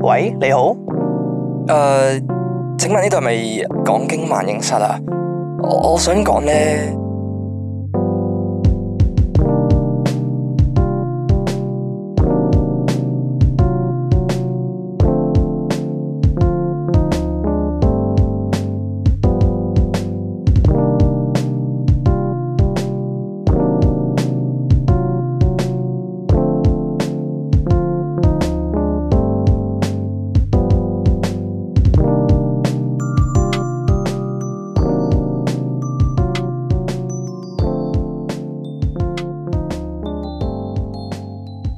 喂，你好，誒、呃請問呢度係咪港經萬應室啊？我我想講咧，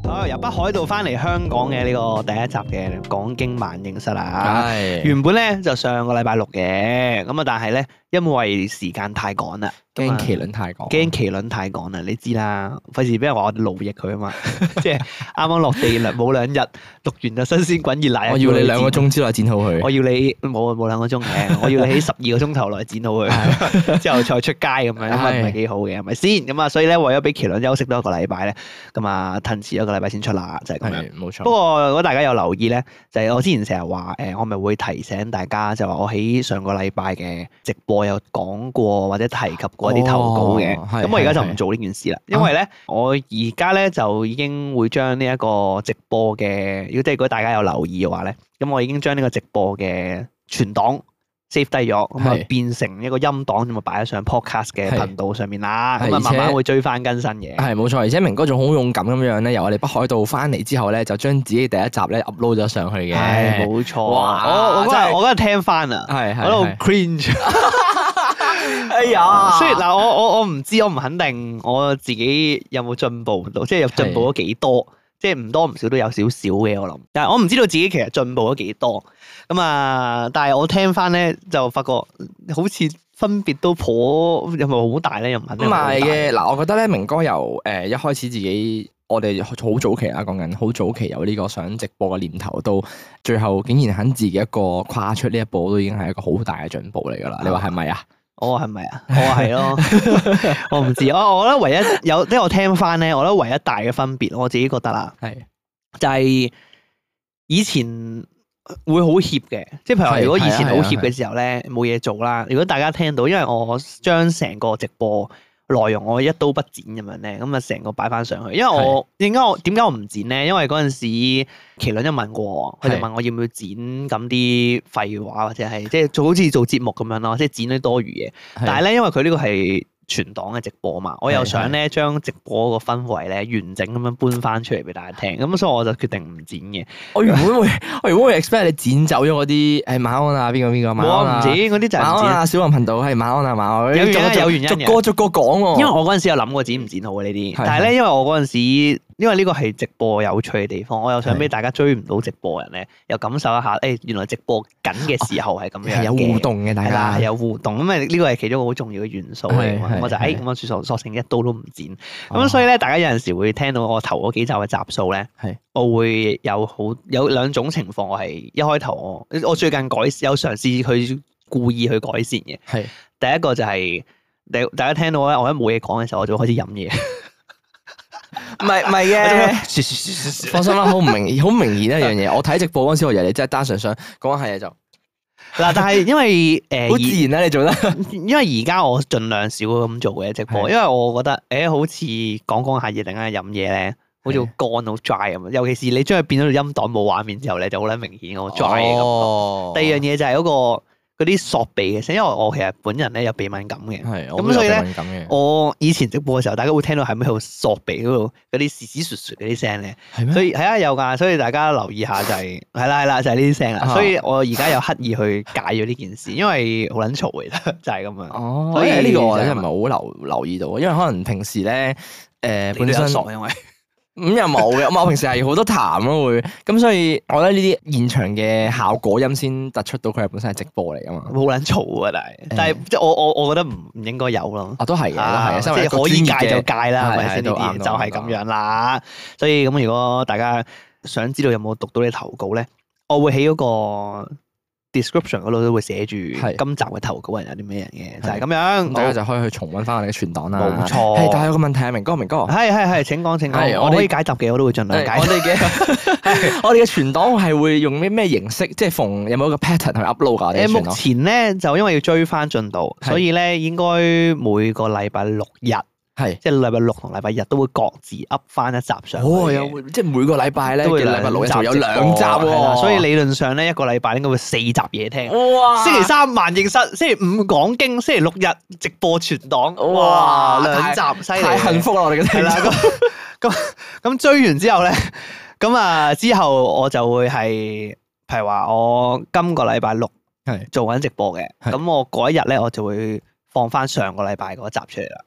啊由北海道翻嚟香港嘅呢個第一集嘅講經萬應室啦。係原本咧就上個禮拜六嘅，咁啊，但係咧因為時間太趕啦，咁啊驚麒麟太講，驚麒麟太趕啦，你知啦，費事俾人話我哋勞役佢啊嘛， 即係啱啱落地啦，冇兩日錄完就新鮮滾熱辣。我要你兩個，鐘之內剪好我佢。要你冇啊冇兩個鐘 嘅，我要你喺十二個鐘頭內剪好佢， 之後再出街咁樣，咁啊唔係幾好嘅，係咪先？咁啊，所以咧為咗俾麒麟休息多一個禮拜咧，咁啊褪遲一個禮拜先出啦，就係咁樣。係冇錯。不過如果大家有留意咧，就係、我之前成日話誒，我咪會提醒大家就話我喺上個禮拜嘅直播有講過或者提及過一啲投稿嘅。哦咁、係我而家就啊係唔係做呢件事啦，因為咧我而家咧就已經會將呢一個直播嘅，如果即係如果大家有留意嘅話咧，咁我已經將呢個直播嘅存檔。save 低咗，咁啊係變成一個音檔咁啊擺咗上 podcast 嘅係頻道上面啦，係咁啊而慢慢且會追翻更新嘅。係冇錯，而且明哥仲好勇敢咁樣咧，由我哋北海道翻嚟之後咧，就將自己第一集咧 upload 咗上去嘅。係冇錯，啊哇我我嗰真日係我嗰日聽翻啊，係我都好係 cringe。係。哎呀雖然嗱，我我我唔知，我唔肯定我自己有冇進步到，即係有進步咗幾多，即係唔多唔少都有少少嘅我諗。但係我唔知道自己其實進步咗幾多咁啊！但係我聽翻咧就發覺好似分別都頗有冇好大咧？又唔肯唔定有冇好大啊係嘅，嗱，我覺得咧，明哥由誒、一開始自己，我哋好早期啦，啊講緊好早期有呢個想直播嘅念頭，到最後竟然肯自己一個跨出呢一步，都已經係一個好大嘅進步嚟㗎啦。你話係咪啊？我係咪啊？我係咯，我唔知。我我覺得唯一有，即係我聽翻咧，我覺得唯一大嘅分別，我自己覺得啦。係就係以前會好怯嘅，即係譬如話係如果以前係啊好怯係啊嘅時候咧，冇嘢做啦。如果大家聽到，因為我將成個直播內容我一刀不剪咁樣咧，咁啊成個擺翻上去。因為我點解我點解我唔剪咧？因為嗰陣時麒麟一問過我，佢就係問我要唔要剪咁啲廢話或者係即係做好似做節目咁樣咯，即係剪啲多餘嘢。但係咧，因為佢呢個係全黨嘅直播嘛，我又想咧將直播個氛圍咧完整咁樣搬翻出嚟俾大家聽，咁所以我就決定唔剪嘅。我原本會，我原本會 expect 你剪走咗嗰啲誒馬鞍啊，邊個邊個馬冇鞍啊，唔啊，剪嗰啲就馬係唔鞍剪，啊，小雲頻道係馬鞍啊，馬鞍，有原因逐個有原因逐嘅個逐個講喎。因為我嗰陣時有諗過剪唔剪好嘅呢啲，啊係但係咧因為我嗰陣時，因為呢個係直播有趣嘅地方，我又想俾係大家追唔到直播嘅人咧，又感受一下，誒、原來直播緊嘅時候係咁樣係有嘅互動嘅，大係啦，家有互動，咁啊呢個係其中一個好重要嘅元素嚟嘛係係我就誒係咁我索索性一刀都唔剪，咁哦所以咧，大家有陣時會聽到我頭嗰幾集嘅集數咧係，我會有好有兩種情況，我係一開頭我我最近改有嘗試去故意去改善嘅。係第一個就係、你大家聽到咧，我一冇嘢講嘅時候，我就會開始飲嘢。唔係唔 係嘅，放心啦，好唔明好明顯一樣嘢。我 睇直播嗰陣時，我以為你真係單純想講下嘢就好嗱，但係因為呃誒而自然啊啦，你做得因為而家我盡量少咁做嘅直播，係因為我覺得誒、好似講講下嘢，突然間飲嘢咧，好似好係乾好 dry 咁。啊尤其是你將佢變咗做音檔冇畫面之後咧，就好撚明顯好 dry 嘅感覺。哦第二樣嘢就係嗰、個嗰啲索鼻嘅聲，因為我其實本人咧有鼻敏感嘅。係咁所以咧咁嘅，我以前直播嘅時候，大家會聽到喺咪喺度索鼻嗰度嗰啲屎屎雪雪嗰啲聲咧，係咩所？以係啊有㗎，所以大家留意下就係係啦係啦就係呢啲聲啦，啊所以我而家有刻意去戒咗呢件事，因為好撚嘈嘅就係咁啊樣。哦，所所以以呢個我就係啊真係唔係好留留意到，因為可能平時咧誒你都本有身。索 因為咁又冇 嘅，咁我平時係好多痰咯會，咁所以我覺得呢啲現場嘅效果音先突出到佢係本身係直播嚟噶嘛。好撚嘈啊，但係但係即係我我我覺得唔唔應該有咯。啊，都係嘅，都係啊嘅，即身為係一個可以專業戒就嘅戒啦，係係咪係先？呢都啲嘢啱就都係啱都咁樣啦。所以咁，如果大家想知道有冇讀到你投稿咧，我會喺嗰個 description 嗰度都會寫住係今集嘅投稿人有啲咩人嘅，就係係咁樣。咁大家就就可以去重温翻我哋嘅存檔啦。冇錯係但係有個問題啊，明哥，明哥，誒係係係，請講請係講，我我哋可以解答嘅，我都會盡量解我答。哋 嘅我哋嘅存檔係會用咩咩形式？即係逢有冇一個 pattern 去 upload 㗎？我哋誒呃嘅存目檔前咧就因為要追翻進度，係所以咧應該每個禮拜六日，係即係禮拜六同禮拜日都會各自 up 翻一集上去嘅。哦，有即係每個禮拜咧都嘅會禮拜六日兩就集有直兩集播係啦喎，所以理論上咧一個禮拜應該會四集嘢聽。哇星期三萬應室，星期五講經，星期六日直播全檔。哇，哇兩集犀利，太幸福啦！我哋嘅係聽啦，眾咁 咁咁追完之後咧，咁啊之後我就會係，譬如話我今個禮拜六係做緊直播嘅，係咁我嗰一日咧我就會放翻上個禮拜嗰集出嚟啦。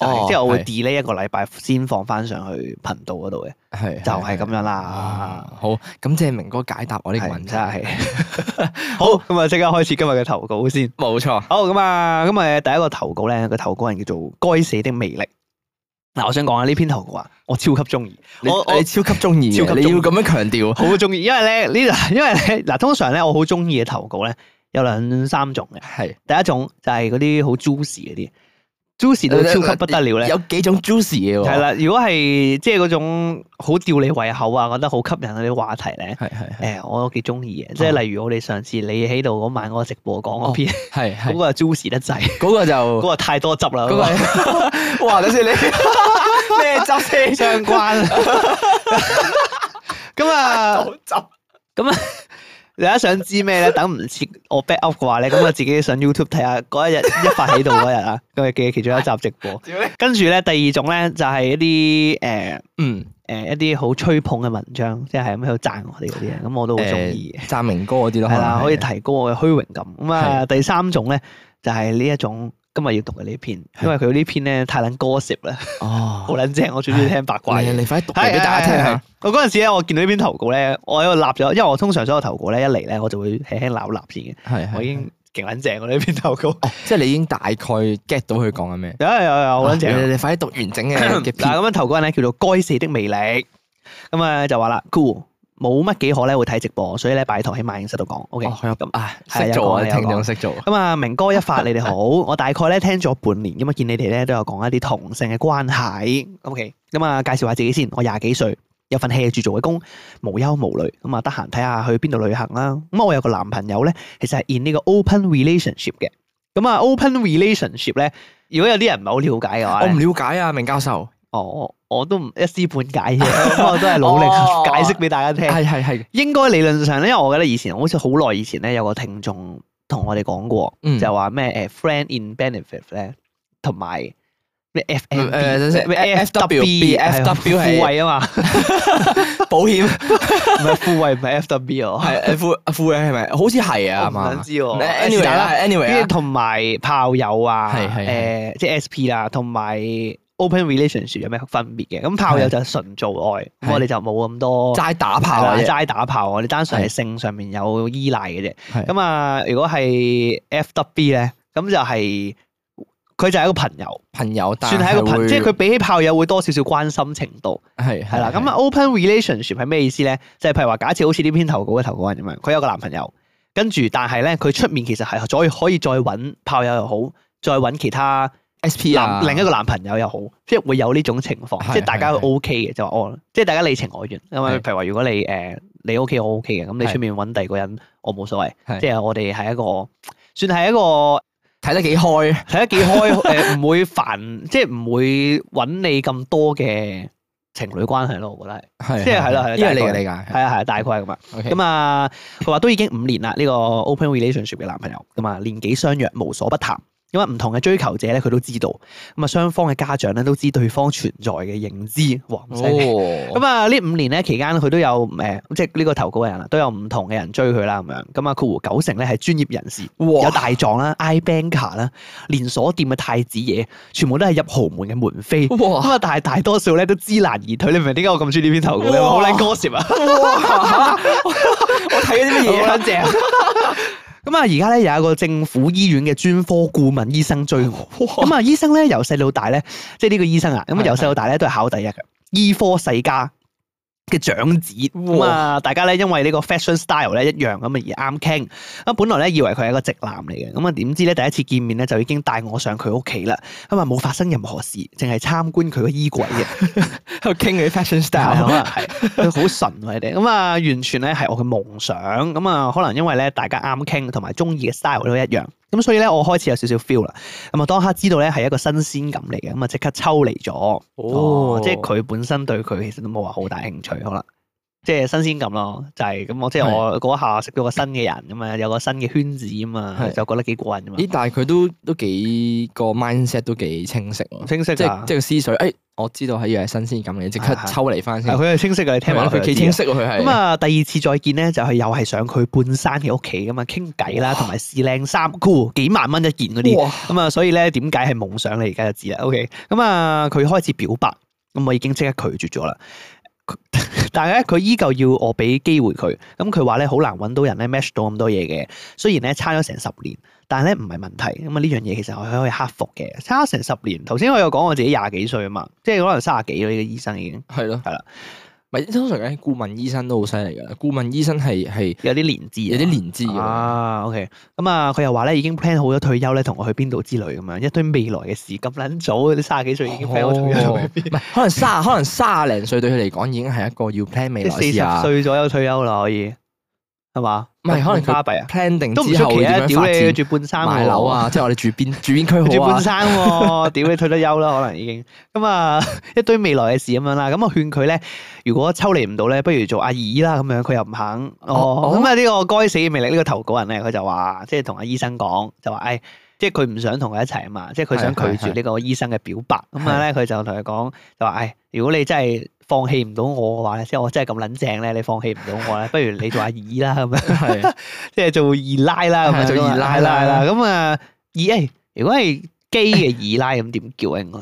就係哦即係我會係 delay 一個禮拜先放翻上去頻道嗰度嘅，係就係咁樣啦啊。，好，咁謝明哥解答我呢個問係題，真係 好，咁啊即刻開始今日嘅投稿先。冇錯，好咁啊，咁啊第一個投稿咧，個投稿人叫做《該死的魅力》。嗱，我想講啊，呢篇投稿啊，我超級中意，你我我你超級中意嘅，超級你中要意咁樣強調，好中意，因為咧呢度，因為咧嗱，通常咧我好中意嘅投稿咧有兩三種嘅，係第一種就係嗰啲好 juicy 嗰啲，juicy 到超級不得了咧。呃有幾種 juicy 嘅喎，係，啦，如果係即係嗰種好吊你胃口啊，覺得好吸引嗰啲話題 咧，係係誒我都幾中意哦嘅，即係例如我哋上次你喺度嗰晚嗰個直播講嗰篇，係哦係嗰個 juicy 得滯，嗰個就嗰個太多汁啦，嗰個，哇！等先你 咩汁先？相關。 咁啊，汁大家想知咩咧？等唔切我 back up 嘅話咧，咁啊自己上 YouTube 睇下嗰一日 一發起到嗰日啊，佢嘅其中一集直播。 屌你，跟住咧，第二種咧就係一啲誒嗯，誒一啲好吹捧嘅文章，即係咁喺度讚我哋嗰啲咧，咁我都好中意嘅。誒贊明哥嗰啲咯，係啦，能可以係提高我嘅虛榮感。咁啊，第三種咧就係呢一種今日要讀嘅呢篇，因為佢呢篇咧太撚 gossip 啦，哦，好撚正，我最中意聽八卦你嘢。你快啲讀係嚟俾大家聽係係係下，我嗰陣時咧，我見到呢篇投稿咧，我喺度立咗，因為我通常所有投稿咧，一嚟咧我就會輕輕鬧立先嘅。係我已經勁撚正我呢篇投稿，哦， 即係你已經大概 get 到佢講緊咩？有有有好撚你 正。你快啲讀完整嘅嘅嗱片，咁樣投稿人咧叫做該死的魅力，咁啊就話啦，cool 冇乜幾可咧會睇直播，所以咧擺台喺萬影室度講，OK 哦，佢有咁。啊，係識有做講啊，有聽眾講識做，咁啊，明哥一發你哋 好，我大概咧聽咗半年，咁啊見你哋咧都有講一啲同性嘅關係，OK，咁啊介紹下自己先，我廿幾歲，有份 hea 住做嘅工，無憂無慮，咁啊得閒睇下去邊度旅行啦。咁啊我有個男朋友咧，其實係 in 呢個 open relationship 嘅，咁啊 open relationship 咧，如果有啲人唔係好了解嘅話我呢唔了解啊，明教授，哦，我我都唔一知半解 嘅，咁我都係努力哦解釋俾大家聽。係係係，應該理論上咧，因為我覺得以前好似好耐以前咧，有個聽眾同我哋講過，嗯就話咩誒 friend in benefit 咧，同埋咩 F 誒等 M 先 F FWB F FW 富係貴啊嘛，保險唔係富貴唔係 F W 喎， 係誒富富嘅係咪？好似係啊，我係唔嘛想知喎。à, ？anyway 是但啦啦， ，anyway 跟啦住同埋炮友啊，係係誒即係 S P 啦，同埋 open relationship 有咩分別嘅？咁炮友係就係純做愛，係咁我哋就冇咁多。齋打炮係啦啊，齋打炮，我哋單純係係性上面有依賴嘅啫。係咁啊，如果係 F.W. 咧，咁就係佢就係一個朋友，朋友，但算係一個朋，會即係佢比起炮友會多少少關心程度，係係啦。咁啊，open relationship 係咩意思咧？就係譬如話，假設好似呢篇投稿嘅投稿人咁樣，啊佢有個男朋友，跟住但係咧，佢出面其實係再可以再揾炮友又好，再揾其他 SP 啊，男另一個男朋友又好，即係會有呢種情況，係即係大家係係 O K 嘅，就話哦，即係大家你情我願。咁啊，係譬如話，如果你誒你 O K，我 O K 嘅，咁你係出面揾第二個人，我冇所謂。係即係我哋係一個算係一個睇得幾開，睇得幾 開誒，唔會煩，即係唔會揾你咁多嘅情侶關係咯。我覺得係即係係啦係啦因為你大概嘅理係解係啊係啊，大概係咁啊。 ，OK，咁啊，佢話都已經五年啦，呢個 open relationship 嘅男朋友，咁啊年紀相若，無所不談。因為唔同嘅追求者咧，佢都知道，咁啊雙方嘅家長咧都知對方存在嘅認知，哇咁犀利哦，咁啊，呢五年咧期間，佢都有誒、即係呢個投稿嘅人啦，啊都有唔同嘅人追佢啦，咁樣。咁啊，括弧九成咧係專業人士，有大狀啦、i banker 啦、連鎖店嘅太子爺，全部都係入豪門嘅門飛。哇咁啊，但係大多數咧都知難而退。你明唔明點解我咁中意呢篇投稿咧？哇好撚 gossip 啊！哇！我睇咗啲乜嘢好啊？撚正。 咁啊，而家咧有一個政府醫院嘅專科顧問醫生追我。咁啊，醫生咧由細到大咧，即係呢個醫生啊，咁啊係由細到大咧都係考第一嘅，醫科世家。嘅長子咁啊，大家咧因為呢個 fashion style 咧一樣咁啊而啱傾。咁本來咧以為佢係一個直男嚟嘅，咁啊點知咧第一次見面咧就已經帶我上佢屋企啦，咁啊冇發生任何事，淨係參觀佢個衣櫃嘅。喺度傾 佢啲 fashion 係啊 style，可能係佢好純佢哋，咁啊完全咧係我嘅夢想，咁啊可能因為咧大家啱傾，同埋中意嘅 style 都一樣，咁所以咧我開始有少少 feel 啦，咁啊當刻知道咧係一個新鮮感嚟嘅，咁啊即刻抽離咗，哦即係佢本身對佢其實都冇話好大興趣，可能。即係新鮮感咯，就係、咁我即係我嗰下識到個新嘅人咁啊，有個新嘅圈子啊嘛，係就覺得幾過癮啊㗎嘛，咦？但係佢都都幾個 mindset 都幾清晰喎，清晰即係㗎，即係個思緒，誒，我知道係要係新鮮感嘅，即刻啊係係抽離翻係先。佢係清晰嘅，你聽埋係落啊去佢就幾知啦清晰喎，佢係咁啊，第二次再見咧，就係又係上佢半山嘅屋企咁啊，傾偈啦，同埋試靚衫，酷幾萬蚊一件嗰啲。哇！咁啊，所以咧點解係夢想你而家就知啦。OK，咁啊，佢開始表白，咁啊我已經即刻拒絕咗啦。佢 但係咧，佢依舊要我俾機會佢。咁佢話咧，好難揾到人咧 match 到咁多嘢嘅。雖然咧差咗成十年，但係咧唔係問題。咁啊，呢樣嘢其實係可以克服嘅。差咗成十年，頭先我有講我自己廿幾歲啊嘛，即係可能卅幾咯，呢個醫生已經係咯，係啦。咪通常嘅顧問醫生都好犀利㗎，顧問醫生係係有啲年資啊，有啲年資㗎。哦啊，OK，咁啊，佢又話咧已經 plan 好咗退休咧，同我去邊度之類咁樣，一堆未來嘅事咁撚早，你卅幾歲已經 plan 好退休哦去 邊，唔係可能卅 可能卅零歲對佢嚟講已經係一個要 plan 未即來係四嘅事啊十。歲左右退休啦，可以係嘛？唔係可能佢加幣啊， plan 定都唔之後出奇點啊！樣屌發你展住半山買喎樓， 啊，即係我哋住邊住邊區住好半啊？山 喎，屌你退得休啦，可能已經咁啊， 一堆未來嘅事咁樣啦。咁我勸佢咧，如果抽離唔到咧，不如做阿姨啦咁樣，佢又唔肯。哦，哦咁啊呢個該死嘅魅力呢個投稿人咧，佢就話即係同阿醫生講，就話誒。即係佢唔想同佢一齊啊嘛，即係佢想拒係係絕呢個醫生嘅表白，咁啊咧佢就同佢講，就話誒，如果你真係放棄唔到我嘅話咧，即係我真係咁撚正咧，你放棄唔到我咧，不如你做阿姨啦咁樣。啊係即係做二奶啦，咁係樣做二奶啦係係咁啊，二誒，如果係基嘅二奶咁點叫啊？應該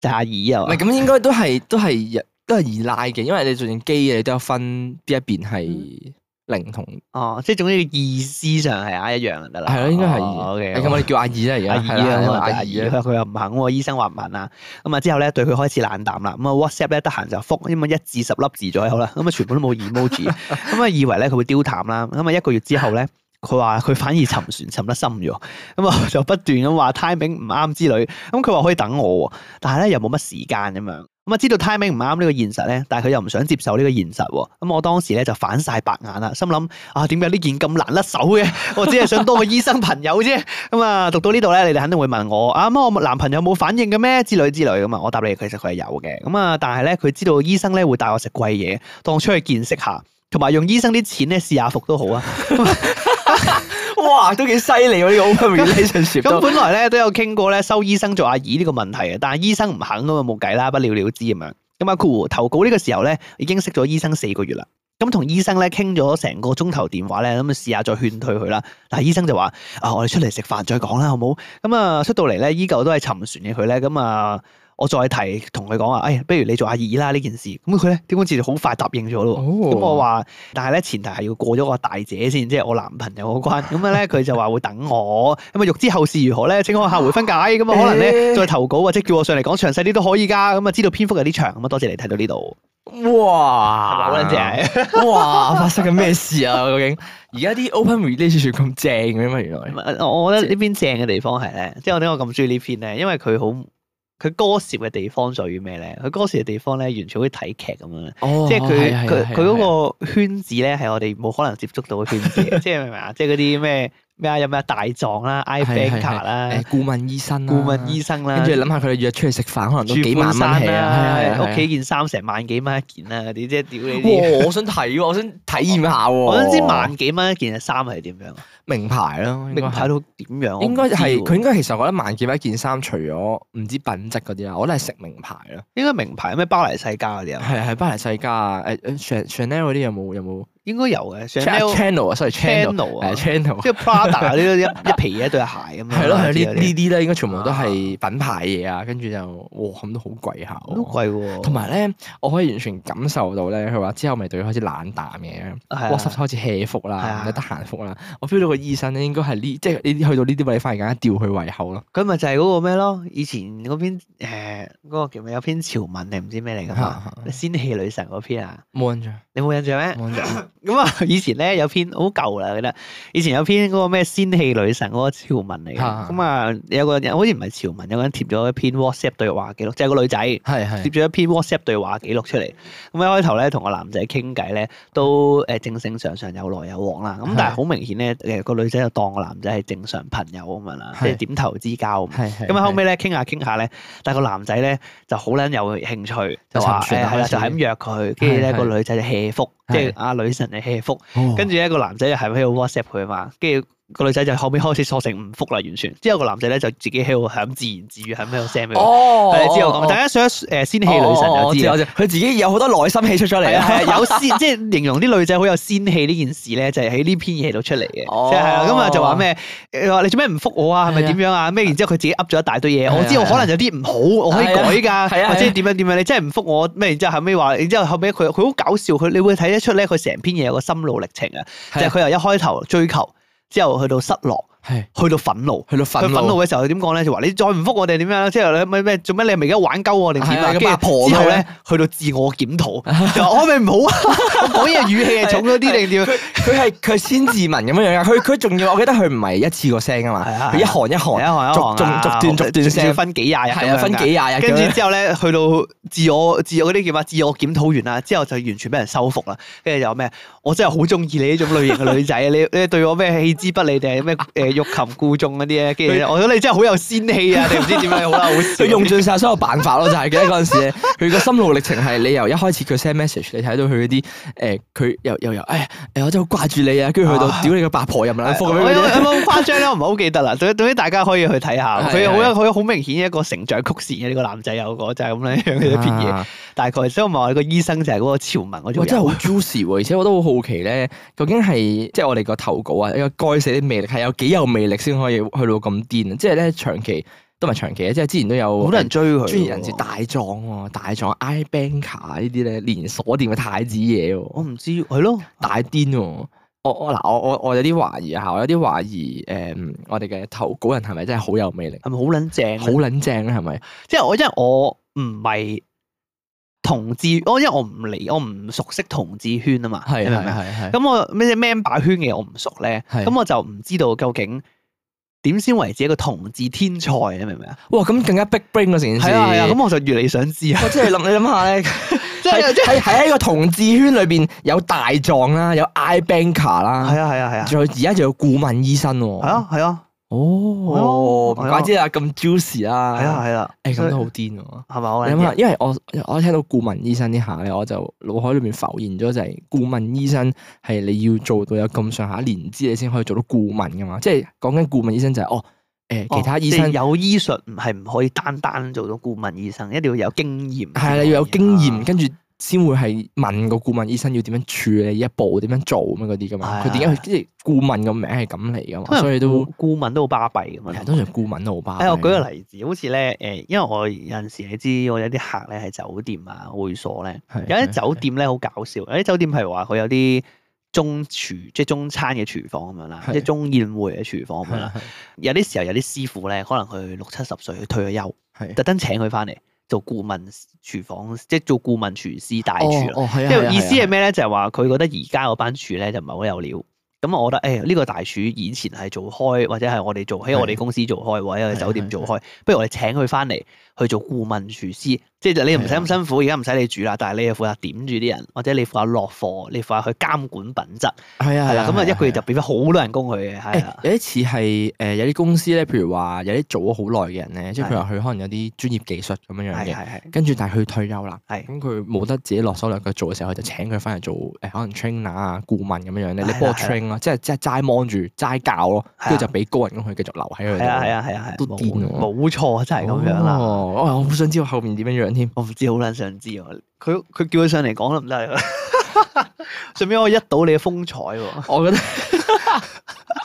就係阿唔二係啊嘛，咁應該都係都係都係二奶嘅，因為你就算基嘅你都有分邊一邊係零同哦，即係總之意思上係啊一樣就得啦，係咯，應該係哦二。 ，OK，誒咁我哋叫阿二啦，而家阿係二啊，可啦係啦能阿阿二二啦。佢又唔肯喎，醫生話唔肯啊。咁啊之後咧，對佢開始冷淡啦。咁啊 WhatsApp 咧得閒就覆，因為一至十粒字左右啦。咁啊全部都冇 emoji。咁啊以為咧佢會丟淡啦。咁啊一個月之後咧，佢話佢反而沉船沉得深咗。咁啊就不斷咁話 timing 唔啱之類。咁佢話可以等我喎，但係咧又冇乜時間咁樣。咁啊知道 timing 唔啱呢個現實咧，但係佢又唔想接受呢個現實喎。咁我當時咧就反晒白眼啦，心諗啊點解呢件咁難甩手嘅？我只係想多個醫生朋友啫。咁啊，讀到呢度咧，你哋肯定會問我啊，咁我男朋友冇反應嘅咩？之類之類咁啊，我答你，其實佢係有嘅。咁啊，但係咧，佢知道醫生咧會帶我食貴嘢，當出去見識下，同埋用醫生啲錢咧試下服都好啊。哇，都幾犀利喎！呢個 open 咁 relationship 都本來咧都有傾過咧收醫生做阿姨呢個問題嘅，但係醫生唔肯咁啊，冇計啦，不了了之咁樣。咁啊，括弧投稿呢個時候咧已經識咗醫生四個月啦。咁同醫生咧傾咗成個鐘頭電話咧，咁啊試下再勸退佢啦。但係醫生就話：啊，我哋出嚟食飯再講啦，好冇？咁啊出到嚟咧，依舊都係沉船嘅佢咧，咁啊我再提同佢講話，誒、哎，不如你做阿姨啦呢件事。咁佢咧點好似好快答應咗咯喎。咁、咁我話，但係咧前提係要過咗個大姐先，即係我男朋友嗰關。咁樣咧，佢就話會等我。咁啊，欲知後事如何咧，請看下回分解。咁啊，可能咧誒再投稿或者叫我上嚟講詳細啲都可以㗎。咁啊，知道篇幅有啲長。咁啊，多謝你睇到呢度，係咪哇，好撚正？哇，發生緊咩事啊？究竟而家啲 open relationship 咁正嘅咩？原來唔係我我覺得呢邊正嘅地方係咧，即係我點解我咁中意呢篇咧？因為佢好佢歌涉嘅地方在於咩咧？佢歌涉嘅地方咧，完全好似睇劇咁樣。哦即係佢佢佢個嗰個圈子咧，係我哋冇可能接觸到嘅圈子嘅，即係明唔明啊？即係嗰啲咩咩啊，有咩啊大狀啦、i 係 b a 係 n k e 係啦誒、顧問醫生啊啦顧問醫生啦，跟住諗下佢哋約出去食飯，可能都住幾半萬蚊山起啊！係啊係啦，啊屋企件衫成萬幾蚊一件啦，嗰啲即係屌你啲。哇！我想睇喎，我想體驗下喎。我想知萬幾蚊一件嘅衫係點樣，啊名牌咯，應該名係牌到點樣？我唔應該係知喎佢應該其實我覺得萬幾蚊一件衫，除咗唔知品質嗰啲啦，啊我覺得係食名牌咯。應該名牌咩巴黎世家嗰啲啊？係係巴黎世家啊，誒誒 Chan- Chanel 嗰啲有冇有冇？應該有嘅 Ch- Chanel channel 啊，sorry channel， Channel 啊係 channel，即係 Prada 呢一一皮嘢一對鞋咁樣。啊係咯係之呢類呢啲咧，應該全部都係品牌嘢啊，跟住就哇咁都好貴下啲都喎。貴喎，同埋咧，我可以完全感受到咧，佢話之後咪對佢開始冷淡嘅係啊，WhatsApp 開始 hea 覆係啊啦，唔使得閒覆啦。我 feel 到個醫生咧，應該係呢，即係呢啲去到呢啲位，反而更加吊佢胃口咯。佢咪就係嗰個咩咯？以前嗰篇誒嗰個叫咩？有篇潮文定唔知咩嚟啊噶嘛？仙氣女神嗰篇啊，冇印象，你冇印象咩？冇印象。咁啊， 以前咧有篇好舊啦，我記得以前有篇嗰個咩仙氣女神嗰個潮文嚟嘅，啊咁啊有個人好似唔係潮文，有個人貼咗一篇 WhatsApp 對話記錄，就係個女仔貼係係咗一篇 WhatsApp 對話記錄出嚟。咁一開頭咧同個男仔傾偈咧都誒正正常常有來有往啦，咁但係好明顯咧誒個女仔就當個男仔係正常朋友咁樣啦，即係係點頭之交咁。係係。咁啊後尾尾咧傾下傾下咧，但係個男仔咧就好撚有興趣，就就話沉誒船啦係啦，開始就係咁約佢，跟住咧係個女仔就 hea 覆，即係係哦阿女神就 hea 覆，跟跟住咧個男仔就係喺度 WhatsApp 佢啊嘛，跟住。個女仔就後尾開始索性唔覆啦，完全。之後個男仔咧就自己喺度響自言自語，喺咩度 send 俾我。哦係之後咁，大家 search 誒仙氣女神就知啦。啊佢自己有好多內心戲出咗嚟係啊，啊。係啊， 有仙，即係形容啲女仔好有仙氣呢件事咧，就係喺呢篇嘢度出嚟嘅。哦即係係啊，咁啊就話咩？誒話你做咩唔覆我啊？係咪係啊點樣啊？咩？然之後佢自己噏咗一大堆係嘢，啊我知道係啊可能有啲唔好，我可係啊以改係㗎，啊或係者啊點樣點樣？你真係唔覆我咩？然之後後尾話，然之後後尾佢佢好搞笑，佢你會睇得出咧，佢成篇嘢有個心路歷程啊，就係啊係佢由一開頭追求，之後去到失落，係去到憤怒。去到佢憤憤怒嘅時候，佢點講咧？就話你再唔覆我哋點樣啊啦？即係你咩咩做咩？你係咪而家玩鳩我定點係啊？啊跟咁阿住婆之後咁咧樣，去到自我檢 討，就話我係咪唔好啊？我講嘢語氣係重咗啲定點？佢係佢先自文咁樣樣啊！佢佢仲要，我記得佢唔係一次過聲啊係啊嘛，佢一行一行一行行，一逐行逐啊逐段逐段仲要聲，分幾廿日咁係啊，樣分㗎幾廿日咁跟住樣。之後咧，去到自我自我嗰啲叫咩？自我檢討完啦，之後就完全俾人收服啦。跟住又咩？啊我真係好中意你呢種類型嘅女仔，你 你對我咩棄之不理定係咩誒欲擒故縱嗰啲咧？跟住呢我覺得你真係好有仙氣啊！定唔知點樣好啦，好笑佢用盡晒所有辦法咯，就係記得嗰陣時咧，佢個心路歷程係你由一開始佢 send message，你睇到佢嗰啲誒，佢又又又誒誒，我真係好掛住你啊！跟住去啊到屌你個八婆又唔撚覆我咁有樣有嗰啲。冇咁誇張咧？我唔係好記得啦。總總之大家可以去睇下，係佢有好係有好好明顯一個成長曲線嘅呢個男仔有個就係咁樣樣嘅一篇嘢，啊大概。所以我咪話個醫生就係嗰個潮文嗰啊哇！種真係人。好 juicy 喎，而 且我都好好奇咧，究竟係即係我哋個投稿啊，有該死啲魅力係有幾有魅力先可以去到咁癲啊！即係咧長期都唔係長期，即係之前都有好多人追啊佢喎，專業人士大狀喎，大狀 i banker 啊呢啲咧連鎖店嘅太子爺我喎，唔知係咯，大癲喎！我我嗱我我我有啲懷疑啊下，我有啲懷疑誒、嗯我哋嘅投稿人係咪真係好有魅力，係咪好撚正好咧？撚正啊咧係咪？即係我因為我唔係同志，我因為我唔理，我唔熟悉同志圈啊嘛，你係明唔係明啊？係係咁我咩 member 圈嘅我唔熟咧，係咁我就唔知道究竟點先為止一個同志天才，你明唔明啊？哇！咁更加 big brain 啊成件事係啊係啊，咁我就越嚟想知啊，我即係諗你諗下咧。即喺係即係喺喺一個同志圈裏邊有大狀啦，有 I banker 啦，係啊係啊係啊仲有而家仲有顧問醫生喎。係啊係啊哦，唔係啊怪之啦，咁 juicy 啦。係啊係啦，誒咁都好所以癲喎。係咪好你撚諗下，嘢？因為我我聽到顧問醫生呢下咧，我就腦海裏面浮現咗就係顧問醫生係你要做到有咁上下年資，你先可以做到顧問噶嘛。即係講緊顧問醫生就係哦，誒其他醫哦生即係有醫術唔係唔可以單單做到顧問醫生，一定要有經驗。係啦，要有經啊驗，。跟住先會係問個顧問醫生要點樣處理一步，點樣做咁樣嗰啲噶係啊嘛。佢點解即係顧問個名係咁嚟噶啊因為嘛？所以都顧問都好巴閉咁係啊樣。哎通常顧問都好巴閉。誒，我舉個例子，好似咧誒，因為我有陣時你知我有啲客咧係酒店啊會所咧，係，有啲係酒店咧好搞笑，有啲酒店係話佢有啲中廚，即係中餐嘅廚房咁樣啦，係即係中宴會嘅廚房咁樣係啦。有啲時候有啲師傅咧，可能佢六七十歲，佢退咗休，係特登請佢翻嚟做顧問廚房，即係做顧問廚師大廚啦。哦哦係啊，即係係啊意思係係啊咩咧？就係話佢覺得而家嗰班廚咧就唔係好有料。咁我覺得哎誒呢個大廚以前係做開，或者係我哋做喺係我哋公司做開，或者喺係酒店做係開，不如我哋請佢翻嚟去做顧問廚師，即係你唔使咁辛苦，而家唔使你煮啦，但係你係負責點住啲人，或者你負責落貨，你負責去監管品質，係啊係啦，咁啊一個月就係俾咗好多人工佢嘅，係啊誒 啦，有啲似係誒有啲公司咧，譬如話有啲做咗好耐嘅人咧，即係譬如話佢可能有啲專業技術咁樣樣係嘅，係係跟住但係佢退休啦。係。咁佢冇得自己落手落腳做嘅時候，佢就請佢翻嚟做誒、可能 trainer 啊、顧問咁樣樣咧，你係啊幫我係啊 train 咯，即係即係齋望住齋教咯，係啊跟住就俾高人工佢繼續留喺佢度。係啊係啊係啊係啊，都癲喎冇冇錯，真係咁樣啦。哦， 我好想知道後面點樣樣添。我唔知，好撚想知喎。佢佢叫佢上嚟講得唔得啊？ 最尾我一睹你嘅風采喎。我 覺得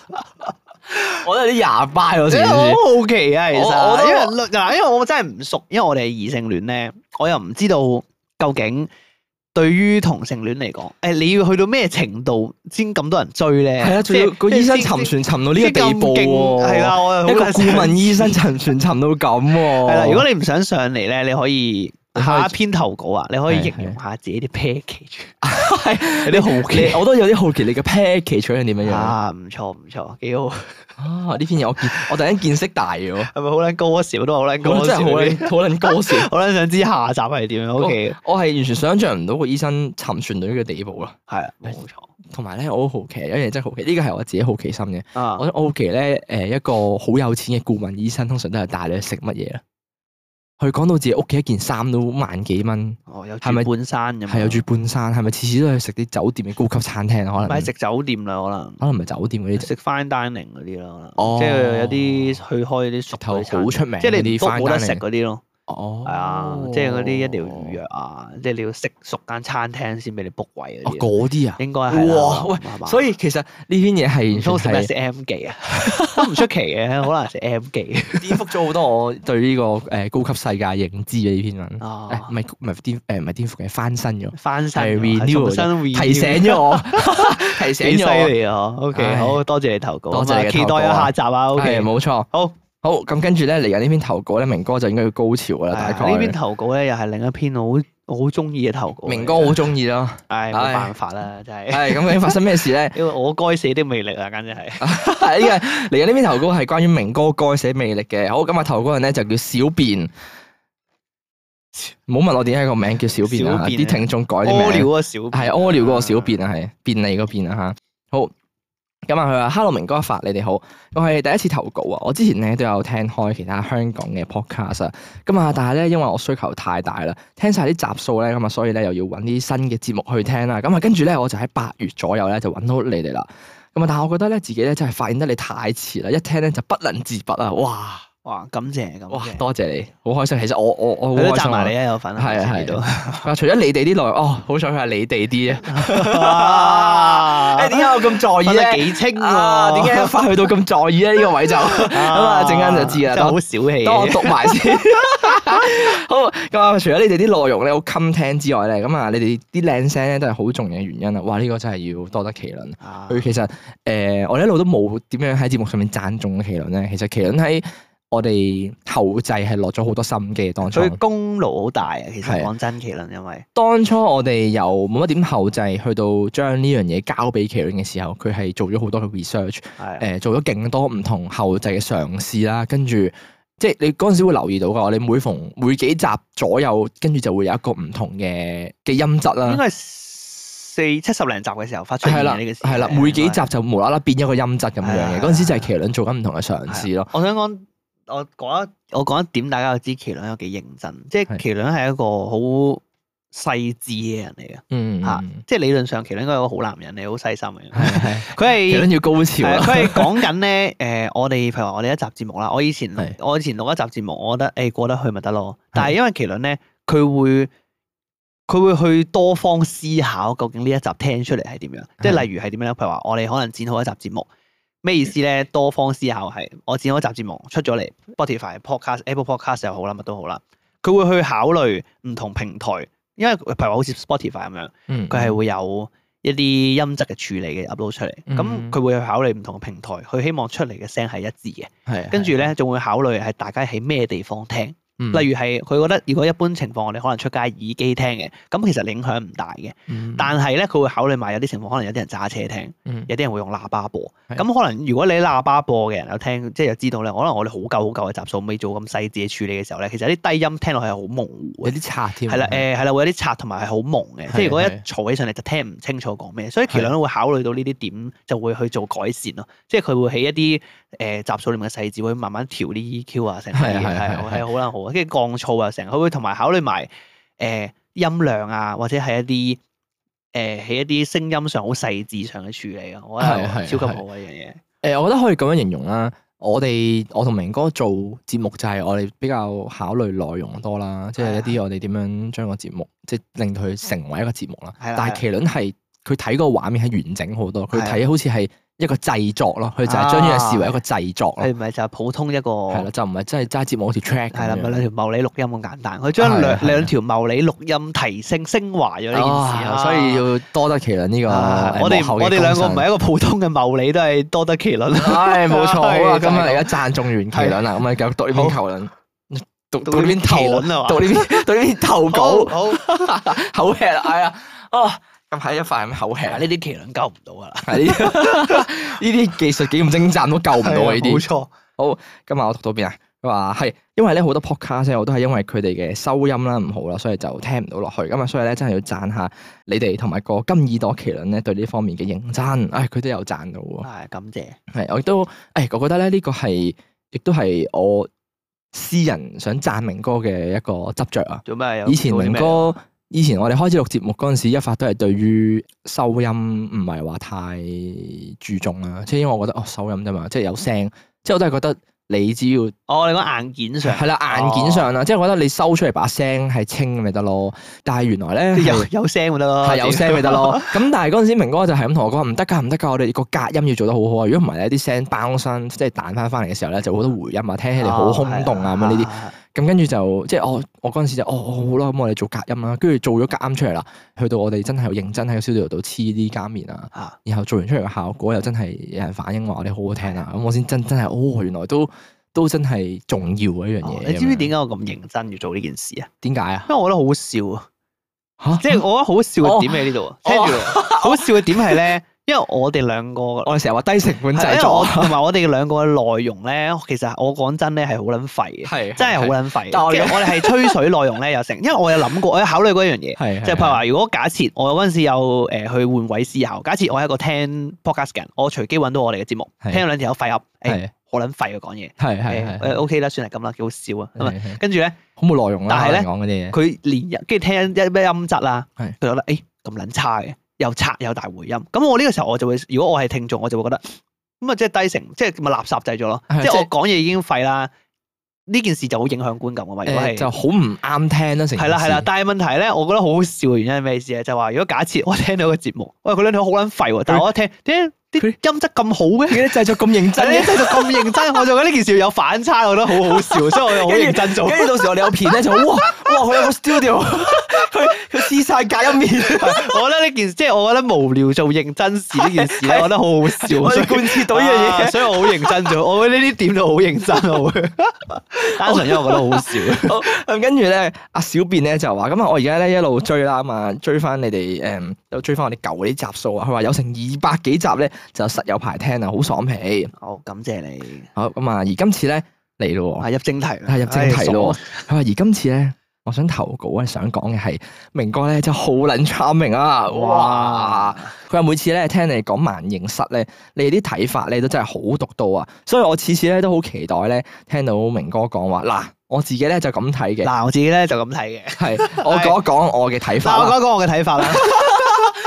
我覺得有啲廿八嗰因時為我好似好好奇啊，其我我實都因為嗱，因為我真係唔熟，因為我哋係異性戀咧，我又唔知道究竟對於同性戀嚟講，誒你要去到咩程度先咁多人追咧？係啊，仲要即係個醫生即係沉船沉到呢個先地步喎，係啦，我又好一個難想顧問醫生沉船沉到咁喎，係啦，如果你唔想上嚟咧，你可以你可以下一篇投稿啊，你可以係形容下自己啲 package 係有啲好奇你我都有啲好奇你嘅 package 取向點樣樣啊？啊，唔錯唔錯，幾好， 呢篇嘢我見我突然間見識大咗，係咪好撚高一啊少都好撚高我一真係少好啲， 撚好撚高笑。好撚想知下集係點樣我？OK，我係完全想象唔到個醫生沉船到呢個地步啦。係啊，冇錯同埋咧，我好好奇，有一樣嘢真係好奇，呢個係我自己好奇心嘅。啊我。我好奇咧，誒一個好有錢嘅顧問醫生，通常都係帶你去食乜嘢啦？啊佢講到自己屋企一件衫都萬幾蚊，哦，有住係咪半山咁樣，係有住半山，係咪次次都去食啲酒店嘅高級餐廳啊？可咪能食酒店啦，可能可能唔係酒店嗰啲食 fine dining 嗰啲啦，可能哦即係有啲去開啲熟頭嗰啲餐廳好出名即係你嗰啲唔 book 冇得 fine dining 食嗰啲咯，哦，係啊，即係嗰啲一定要預約啊，即係你要食熟間餐廳先俾你 book 位哦嗰啲，嗰啲啊，應該係啦哇喂，係嘛所以其實呢篇嘢係唔通食完咩全係食 M 記啊， 都唔出奇嘅，可能食 M 記顛覆咗好多我對呢個誒高級世界認知嘅呢篇文。誒啊唔，係唔係顛誒唔係顛覆嘅翻新咗，翻身咗係 renew 重新 renew 提醒 咗我，提醒幾犀咗我。利啊！OK，唉好多謝你投稿，多謝你嘅期待投稿有啊下集啊係，OK，冇錯。好。好咁，跟住咧嚟緊呢篇投稿咧，明哥就應該要高潮噶啦，係啊大概。呢邊投稿咧，又係另一篇我好我好中意嘅投稿嚟嘅。明哥好 中意咯。唉，冇辦法啦，真係，係咁，究竟發生咩事咧？因為我該死的魅力啊，簡直 係。呢個嚟緊呢篇投稿係關於明哥該寫魅力嘅。好，咁啊投稿人咧就叫小便。唔好問我點解個名叫小便啊！小便啲聽眾改啲屙名尿。啊，小係屙尿嗰個小便啊，係便利嗰便啊吓。好，咁啊佢話：Hello 明哥一發，你哋好，我係第一次投稿啊。我之前咧都有聽開其他香港嘅 podcast 啊，咁啊，但係咧因為我需求太大啦，聽晒啲集數咧，咁啊，所以咧又要揾啲新嘅節目去聽啦。咁啊，跟住咧我就喺八月左右咧就揾到你哋啦。咁啊，但係我覺得咧自己咧真係發現得你太遲啦，一聽咧就不能自拔啊！哇哇，感謝感哇，謝。多謝你，好開心。其實我我我佢都好開讚心埋啊你啊，有份啊。係啊我知道 啊！除咗你哋啲內容，哦，好想佢係你哋啲啊。誒，哇哎點解 我咁分在意得咧？幾清啊，喎？點 解一發去到咁在意咧？呢個位就咁啊，陣間就知啦。真係當好小氣當我嘅。讀埋先。 好咁啊！除咗你哋啲內容咧好襟聽之外咧，咁啊，你哋啲靚聲咧都係好重要嘅原因啊！哇，呢個真係要多得其論。啊佢其實誒、呃我哋一路都冇點樣喺節目上面讚中麒麟咧。其實麒麟喺我哋後製係落咗好多心機嘅當初。佢功勞好大啊，其實係講真，麒麟因為當初我哋由冇乜點後製，去到將呢樣嘢交俾麒麟嘅時候，佢係做咗好多嘅 research。誒、係做咗勁多唔同後製嘅嘗試啦，跟住即係你嗰陣時會留意到噶，你每逢每幾集左右，跟住就會有一個唔同嘅嘅音質應啦。該係四七十零集嘅時候啊發出現啊係啦，嘅呢個事。係啦，每幾集就無啦啦變一個音質咁樣係啊嘅。嗰陣時就係麒麟做緊唔同嘅嘗試係咯啊。我想講，我講一我講一點，大家就知麒麟有幾認真。即係係麒麟係一個好細緻嘅人嚟嘅，嗯， 嚇係即係理論上麒麟應該係一個好男人嚟，好細心嘅。係麒佢麟要高係潮係啊啦。佢係講緊 咧，誒，我哋譬如話我哋一集節目啦，我以前係我以前錄一集節目，我覺得誒過得去咪得咯。但係因為麒麟咧，佢會佢會去多方思考，究竟呢一集聽出嚟係點樣？即係係例如係點樣咧？譬如話我哋可能剪好一集節目。咩意思咧？多方思考係我剪好一集節目出咗嚟，Spotify、Podcast、Apple Podcast 又好啦，乜都好啦，佢會去考慮唔同平台，因為譬如話好似 Spotify 咁樣，嗯佢係會有一啲音質嘅處理嘅 upload 出嚟，咁嗯佢會去考慮唔同嘅平台，佢希望出嚟嘅聲係一致嘅，係跟住咧仲會考慮係大家喺咩地方聽。例如如係佢覺得，如果一般情況，我哋可能出街耳機聽嘅，咁其實影響唔大嘅。嗯但係咧，佢會考慮埋有啲情況，可能有啲人揸車聽，有啲人會用喇叭播。嗯係咁可能如果你喇叭播嘅人有聽，即係又知道咧，可能我哋好舊好舊嘅集數未做咁細緻嘅處理嘅時候咧，其實啲低音聽落去係好模糊嘅有啲刷添。係啦，誒係啦，會有啲刷同埋係好蒙嘅，即係係如果一係嘈起上嚟就聽唔清楚講咩，所以麒麟都會考慮到呢啲點，就會去做改善咯。即係佢會喺一啲誒集數裏面嘅細節，會慢慢調啲 EQ 啊，成嗰啲嘢係係係係係好啦好啊，跟住降噪啊，成佢會同埋考慮埋誒音量啊，或者係一啲誒喺一啲聲音上好細緻上嘅處理啊，我覺得係超係級係好啊呢樣嘢。呃誒，我覺得可以咁樣形容啦。我哋我同明哥做節目就係我哋比較考慮內容多啦，啊即係一啲我哋點樣將個節目即係令到佢成為一個節目啦。係啦但係啦啊係麒麟係佢睇個畫面係完整好多，佢睇好似係一個製作咯，佢就係將呢樣視為一個製作佢咯，啊唔係就係普通一個係啦，就唔係真係齋節目好似 track 係啦，咁咪兩樣。條茂利錄音咁簡單，佢係將啊兩係啊兩條茂利錄音提升升華咗呢件事啊啦所以要多得麒麟呢個啊誒我哋幕後嘅我哋兩個唔功臣係一個普通嘅茂利，都係多得其論啦。唉，冇錯，好係 啊！就係咁啊，而家贊中完麒麟啦，咁啊，繼續讀呢篇好球輪，讀讀呢篇投，麒麟啊嘛讀呢篇 讀呢篇投稿，好 口吃啦，哎呀，哦，近排一塊咁口吃，啊啊呢呢啲麒麟救唔到噶啦，係呢 啲呢啲技術幾咁精湛都救唔到啊！呢冇啲，錯，今日我讀到邊啊？佢話係，因為咧好多 podcast 呢我都係因為佢哋嘅收音啦唔好啦，所以就聽唔到落去。咁啊，所以咧真係要讚下你哋同埋個金耳朵麒麟咧對呢方面嘅認真。唉，佢都有讚到喎。係感謝，係，我亦都，誒，我覺得咧呢個係，亦都係我私人想讚明哥嘅一個執着啊。做咩有？啊以前明做哥，以前我哋開始錄節目嗰陣時，一發都係對於收音唔係話太注重啦，即係因為我覺得哦收音啫嘛，即係有聲，即係我都係覺得你只要哦，你講硬件上哦係啊啦硬件上啦，即係我覺得你收出嚟把聲係清咪得咯。但係原來咧係 有啊有聲咪得咯，係有聲咪 得咯。咁但係嗰陣時，明哥就係咁同我講：唔得㗎，唔得㗎，我哋個隔音要做得好好啊！如果唔係咧，啲聲 bounce 返即係彈翻翻嚟嘅時候咧，就好多回音啊，聽起嚟哦好空洞啊咁樣呢啲。啲。咁跟住就即係我我嗰陣時就哦好啦，咁我哋做隔音啦，跟住做咗隔音出嚟啦，去到我哋真係認真喺個 studio 度黐啲加棉啊，啊然後做完出嚟嘅效果又真係有人反映話我哋好好聽啊，咁我先真真係哦原來都都真係重要嘅一樣哦嘢。啊你知唔知點解？解我咁認真要做呢件事啊？點解啊？因為我覺得好笑啊，嚇！即係我覺得好笑嘅哦點喺呢度啊，聽住我好笑嘅點係咧，因為我哋兩個我哋成日話低成係本因製為作我啊，同埋我哋兩個嘅內容咧，其實我講真咧係好撚廢嘅，係真係好撚廢。但係我哦哋即係我哋係吹水內容咧有成，因為我有諗過，我有考慮過一樣嘢，係即係譬如話，如果假設我嗰陣時有誒去換位思考，假設我係一個聽 podcast 嘅人，我隨機揾到我哋嘅節目，係聽兩條友廢噏，誒係好撚廢嘅講嘢，誒係係誒 OK 啦，算係咁啦，幾好笑啊，哎呃咁啊，係，跟住咧好冇內容啊啦。但係咧講嗰啲嘢，佢連日跟住聽一咩音質啦，佢係覺得誒咁撚差嘅，又拆又大回音。咁我呢個時候我就會，如果我係聽眾，我就會覺得咁啊，即係低成，即係咪垃圾製咗咯？係即係即係我講嘢已經廢啦，呢件事就好影響觀感噶嘛。如果誒就係好唔啱聽啦，成件事係啦係啦，但係問題咧，我覺得好好笑嘅原因係咩意思咧？就話如果假設我聽到個節目，喂佢兩條好撚廢喎，但係我一聽點解啲佢音質咁好嘅？啲製作咁認 真真係嘅，真係咁認真，我就覺得呢件事有反差，我覺得好好笑，所以我又好認真做。跟住到時我哋有片咧就哇哇佢有個 studio，佢佢撕晒隔音面， 我覺得呢件事，即係我覺得無聊做認真事呢件事咧，係我覺得好好笑。我所哋以貫徹到呢樣啊嘢。所以我好認真做。我覺得呢啲點都好認真，啊我會 單純因為我覺得好好笑。好咁跟住咧，阿小便咧就話：咁啊，我而家咧一路嗯追啦，咁啊追翻你哋誒，又追翻我哋舊嗰啲集數啊。佢話有成二百幾集咧，就實有排聽啊，好爽皮。好，感謝你。好咁啊，而今次咧嚟咯喎啊，入正題啦，係入正題咯唉。啊佢話而今次咧，我想投稿咧，想講嘅係明哥咧，真係好撚 charming 啊！爽哇哇！！佢話每次咧聽你講萬應室咧，你哋啲睇法咧都真係好獨到啊！所以我次次咧都好期待咧聽到明哥講話嗱，我自己咧就咁睇嘅，嗱，我自己咧就咁睇嘅。係我講一講我嘅睇 嗱，法我啦。講一講我嘅睇法啦。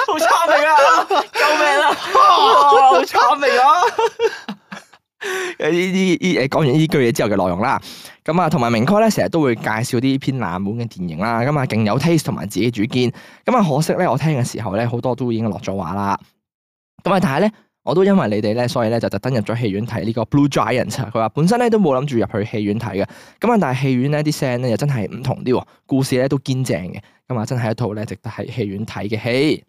好 charming 啊！救命啊！好 charming 啊！呢啲呢 誒講完呢句嘢之後嘅內容啦，咁啊同埋明哥咧成日都會介紹啲偏冷門嘅電影啦，咁啊勁有 taste 同埋自己主見，咁啊可惜咧我聽嘅時候咧好多都已經落咗畫啦，咁啊但係咧我都因為你哋咧，所以咧就特登入咗戲院睇呢個 Blue Giant 啊，佢話本身咧都冇諗住入去戲院睇嘅，咁啊但係戲院咧啲聲咧又真係唔同啲喎，故事咧都堅正嘅，咁啊真係一套咧值得喺戲院睇嘅戲，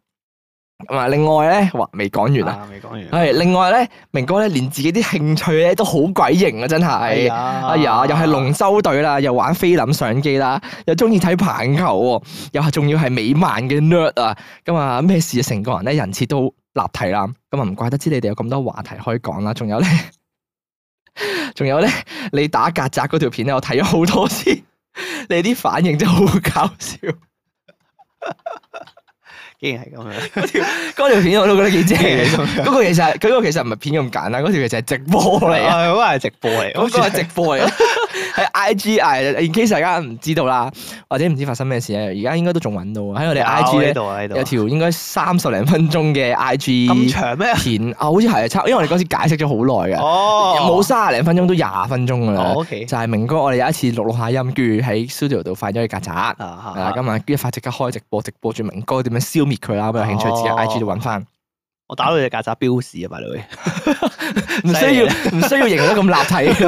咁啊另外咧哇未講完啊。啊，未講完。係，另外咧，明哥咧，連自己啲興趣咧都好鬼型啊，真係。呀哎呀，又係龍舟隊啦，又玩菲林相機啦，又中意睇棒球喎，又係仲要係美漫嘅 nerd 啊！咁啊，咩事啊？成個人咧人設都立體啦，咁啊唔怪得知你哋有咁多話題可以講啦。仲有咧， 仲有咧，你打曱甴嗰條片咧，我睇咗好多次， 你啲反應真係好搞笑。竟然係咁樣。嗰條片我都覺得幾正嘅，咁樣嗰個其實 嗰個其實唔係片咁簡單，嗰條其實係直播嚟啊！啊，嗰個係直播嚟，嗰個係直播嚟， 喺 I G 嗌，in case 大家唔知道啦，或者唔知發生咩事咧，而家應該都仲揾到啊喺我哋 I G 有喺咧度啊喺度有啊條應該三十零分鐘嘅 I G 咁長咩？片啊，好似係差，因為我哋嗰時解釋咗好耐嘅，哦，冇三十零分鐘都廿分鐘噶啦哦。，OK 就係明哥，我哋有一次錄錄下音，跟住喺 studio 度發咗去曱甴。啊係啦，今晚跟住發即刻開直播，直播住明哥點樣消滅佢啦。咁有興趣自己哦 I G 度揾翻，我打到只曱甴標示啊，by the way， 唔需要唔需要形容得咁立體。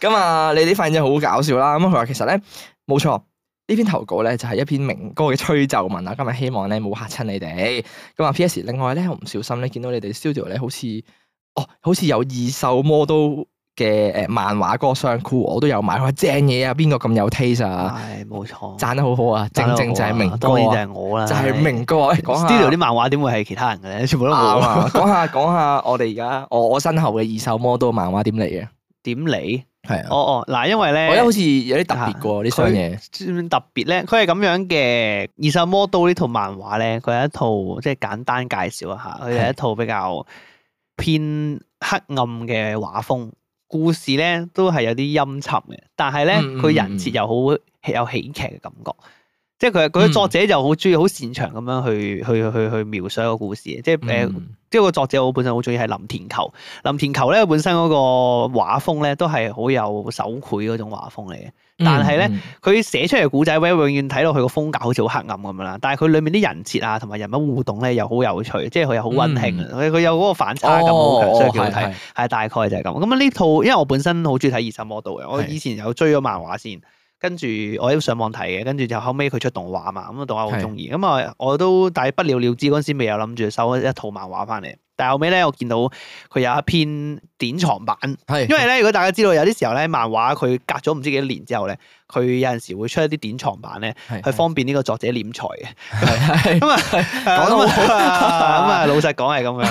咁啊，你呢份嘢好搞笑啦。咁佢話其實咧冇錯，呢篇投稿咧就係一篇明哥嘅吹奏文啦。今日希望咧冇嚇親你哋。咁啊，P.S. 另外咧，我唔小心咧見到你哋 studio 咧好似哦，好似有二手 model 嘅誒漫畫歌箱 cool，我都有買。哇，正嘢啊！邊個咁有 taste 啊？唉，冇錯，讚得好好啊！正正就係明哥當啊！然就係我啦，就係明哥啊！講下 studio 啲漫畫點會係其他人嘅咧？全 部都啱我啊啊！講下講下，我哋而家我我身後嘅二手 model 漫畫點嚟嘅？點嚟？係啊，哦哦，嗱，因為我覺得咧好。似有啲特 Dạ. 別嘅喎呢箱嘢。算特別咧，佢係咁樣嘅。二手魔刀呢套漫畫咧，佢係一套即係簡單介紹一下，佢係係一套比較偏黑暗嘅畫風。故事咧都係有啲陰沉嘅，但係咧嗯嗯佢人設又好有喜劇嘅感覺。即係佢佢嗯作者就好中意好擅長咁樣去去去去描寫一個故事嘅，即係誒。呃嗯即係個作者我本身好中意係林田球，林田球咧本身嗰個畫風咧都係好有手繪嗰種畫風嚟嘅。但係咧嗯佢寫出嚟嘅古仔咧，永遠睇落去個風格好似好黑暗咁樣啦。但係佢裡面啲人設啊，同埋人物互動咧又好有趣，即係佢又好温馨啊。佢佢有嗰個反差感好強，所以幾好嗯哦係睇係。係大概就係咁。咁啊呢套因為我本身好中意睇二手 model 嘅，我係以前有追咗漫畫先。跟住我喺上網睇嘅，跟住就後尾佢出動畫嘛，咁啊動畫好中意，咁啊我都但係不了了之嗰陣時未有諗住收一套漫畫翻嚟，但係後尾咧我見到佢有一篇典藏版，係因為咧，如果大家知道有啲時候咧，漫畫佢隔咗唔知幾多年之後咧，佢有陣時會出一啲典藏版咧，係去方便呢個作者斂財嘅。 係咁啊， 講得好咁啊，咁啊，老實講係咁樣。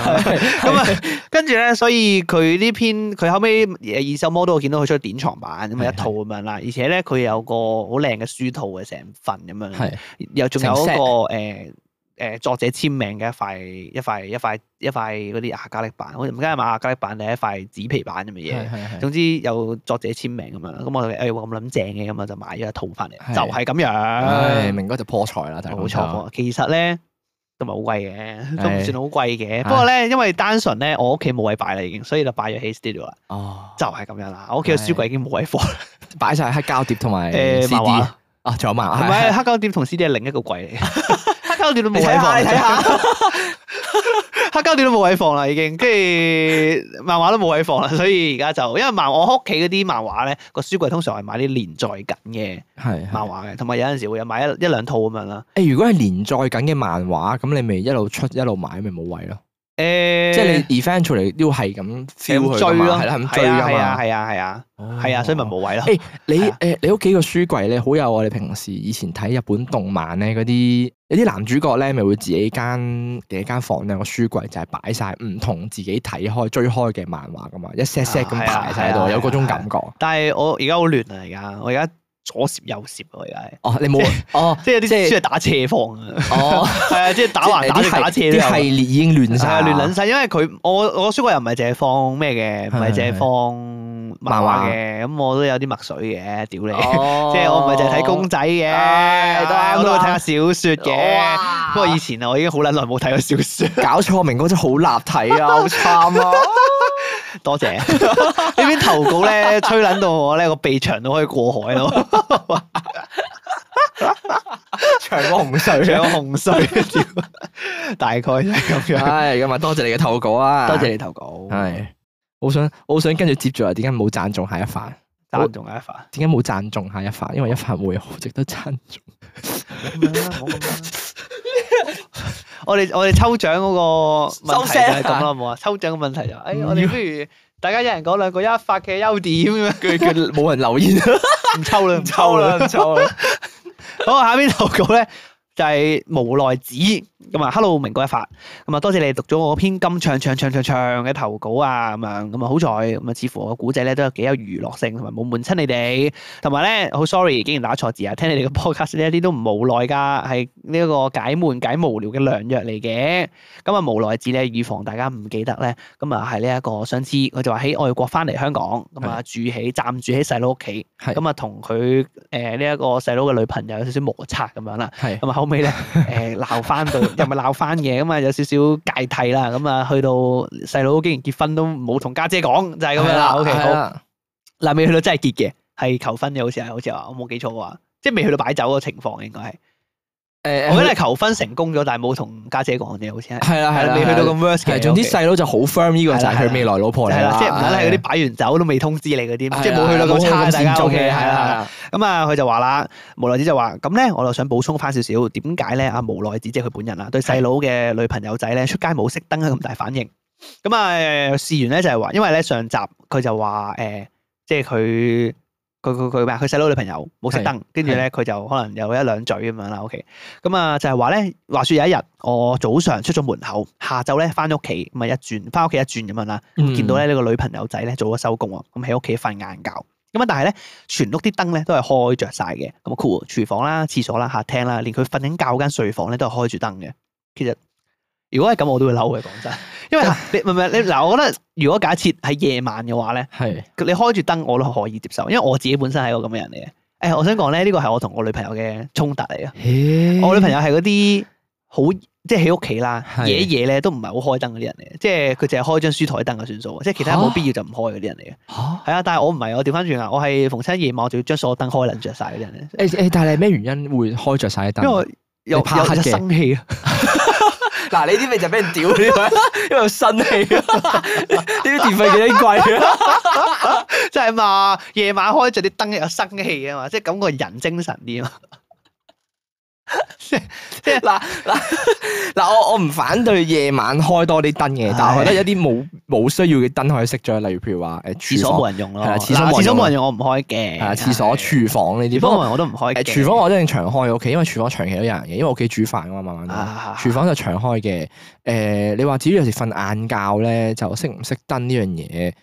咁啊，跟住咧，所以佢呢篇佢後尾二手 model 我見到佢出典藏版咁啊係一套咁樣啦，而且咧佢有個好靚嘅書套嘅成份咁樣，係又仲有一成 set 個誒。誒作者簽名嘅一塊一塊一塊一塊嗰啲亞加力板，好似唔記得係咪亞加力板定係一塊紙皮板咁嘅嘢係，係係總之有作者簽名咁樣啦，咁我就誒我咁撚正嘅，咁我啊就買咗一套翻嚟，係就係咁 À. 唉，樣，明哥就破財啦，大佬冇錯。其實咧都唔係好貴嘅，都唔係算好貴嘅。唉不過咧，因為單純咧，我屋企冇位擺啦，已經，所以就擺咗喺 studio 啦，哦，就係咁樣啦。我屋企嘅書櫃已經冇位放啦，擺晒黑膠碟同埋誒 CD 漫畫啊，仲有漫唔畫。 係黑膠碟同 CD 係另一個櫃嚟嘅，黑膠碟都冇你位睇放下，啦，你睇下， 黑膠碟都冇位放啦，已經，跟住漫畫都冇位放啦，所以而家就因為漫我屋企嗰啲漫畫咧，個書櫃通常係買啲連載緊嘅。係漫漫畫。畫嘅，同埋有陣時會有買一一兩套咁樣啦。誒，如果係連載緊嘅漫畫，咁你咪一路出一路買，咪冇位咯。誒，即係你 eventually 要係咁 feel 佢追㗎嘛咯，係啦，咁追㗎係啊，係嘛。啊，係啊，係啊，所以咪冇位咯。哦誒你係啊誒你屋企個書櫃咧，好有我哋平時以前睇日本動漫咧嗰啲，有啲男主角咧咪會自己間自己間房咧個書櫃就係擺晒唔同自己睇開追開嘅漫畫噶嘛，一 set set 咁啊係啊排係晒喺啊度，有嗰種係啊感覺。但係我而家好亂啊，而家我而家左攝右攝啊，我而家係哦，你冇哦，即係有啲即係書係打斜放啊，哦， 係啊，即係打橫打即係直打斜都有啲系。列已經亂係晒，啊，亂撚晒，因為佢我我書櫃又唔係淨係放咩嘅，唔係淨係放漫畫嘅，咁我都有啲墨水嘅，屌你！哦即係我唔係淨係睇公仔嘅，唉都啱我都會睇啦下小説嘅。哇不過以前啊，我已經好撚耐冇睇過小説。搞錯，明哥真係好立體 啊，好慘啊！多謝呢邊投稿咧，吹撚到我咧個鼻長到可以過海咯，長過啊洪水長洪水，啊屌大概就係咁樣。唉，咁啊，多謝你嘅投稿啊，多謝你投稿，系，好想好想跟住接住嚟，點解冇贊中下一飯？贊仲有一發，點解冇贊中下一飯？因為一飯會好值得贊中。我哋我哋抽獎嗰個問題就係收聲啊咁啦，好冇啊？抽獎嘅問題就，哎，我哋不如大家一人講兩個一發嘅優點咁樣，佢佢 冇人留言，唔抽啦，唔抽啦，唔抽啦。好，下邊投稿咧就係無奈子咁啊，Hello 明哥一發咁啊，多謝你哋讀咗我嗰篇金唱唱唱唱唱嘅投稿啊，咁樣咁啊，好在咁啊，似乎我嘅古仔咧都有幾有娛樂性，同埋冇悶親你哋，同埋咧好 sorry，竟然打錯字啊！聽你哋嘅 podcast 呢一啲都唔無奈㗎，係呢一個解悶解無聊嘅良藥嚟嘅。咁啊，無奈子咧，預防大家唔記得咧，咁啊係呢一個上次佢就話喺外國翻嚟香港，咁啊住喺暫住喺細佬屋企，係咁啊同佢誒呢一個細佬嘅女朋友有少少摩擦咁樣啦。係咁啊後尾咧誒鬧翻到，又唔係鬧翻嘅，咁啊有少少芥蒂啦，咁啊去到細佬竟然結婚都冇同家姐講，就係咁樣啦。OK，係好，啊啦嗱未去到真係結嘅，係求婚嘅，好似係，好似話我冇記錯嘅話，即係未去到擺酒嘅情況應該係，誒我覺得係求婚成功咗，但係冇同家姐講嘅，好似係，係啦係係啦，啦未去到咁 worst 係嘅。總之 OK 細佬就好 firm 呢個就係係啦係啦佢未來老婆嚟係啦，即係唔係啊係嗰啲擺完酒都未通知你嗰啲，即係冇去到冇咁去差，大善家終 OK 嘅，係係啦。啦，咁啊，佢就話啦，無奈子就話，咁咧我就想補充翻少少，點解咧阿無奈子即係佢本人啊，對細佬嘅女朋友仔咧出街冇熄燈咁大反應。咁啊，誒事源咧就係話，因為咧上集佢就話誒，即係佢佢佢佢咩啊佢細佬女朋友冇熄燈，跟住咧佢就可能有一兩嘴咁樣啦。OK，咁啊就係話咧，話説有一日我早上出咗門口，下晝咧翻屋企，咁啊一轉翻屋企一轉咁樣啦。嗯見到咧呢個女朋友仔咧早咗收工喎，咁喺屋企瞓晏覺。咁啊，但係咧全屋啲燈咧都係開着晒嘅，咁啊 cool，廚房啦、廁所啦、客廳啦，連佢瞓緊覺嗰間睡房咧都係開住燈嘅。其實如果係咁，我都會嬲嘅，講真， 因為你唔係唔係你嗱，我覺得如果假設係夜晚嘅話咧，係你開住燈我都可以接受，因為我自己本身係一個咁嘅人嚟嘅。誒、我想講咧，呢個係我同我女朋友嘅衝突嚟嘅。係，我女朋友係嗰啲好即係喺屋企啦，係夜夜咧都唔係好開燈嗰啲人嚟嘅，即係佢淨係開張書台燈就算數，即係其他冇嚇必要就唔開嗰啲人嚟嘅。嚇係啊，但係我唔係，我調翻轉啊，我係逢親夜晚我就要將所有燈開撚着晒嗰啲人嚟，誒誒，但係你咩原因會開着晒啲燈？因為我有啊你怕黑有有嘅生氣啊，嗱，你啲咪就俾人屌呢個，因為新氣啊，呢啲電費幾貴 啊？即係嘛，夜晚開着啲燈有生氣啊嘛，即係感覺人精神啲啊 嘛。嗱嗱嗱，我我唔反對夜晚開多啲燈嘅，但係我覺得有啲冇冇需要嘅燈可以熄咗，例如譬如話誒廁廚所啊房冇人用咯，係啦哦嗱廁所冇人用廁所冇人用我唔開係嘅，啦，廁所、係廚房呢啲。廚不房冇過人我都唔開誒嘅，廚房我一定長開嘅屋企，因為廚房長期都有人嘅，因為我屋企煮飯啊嘛，慢慢都。啊廚房就長開嘅，誒、你話至於有時瞓晏覺咧，就熄唔熄燈呢樣嘢，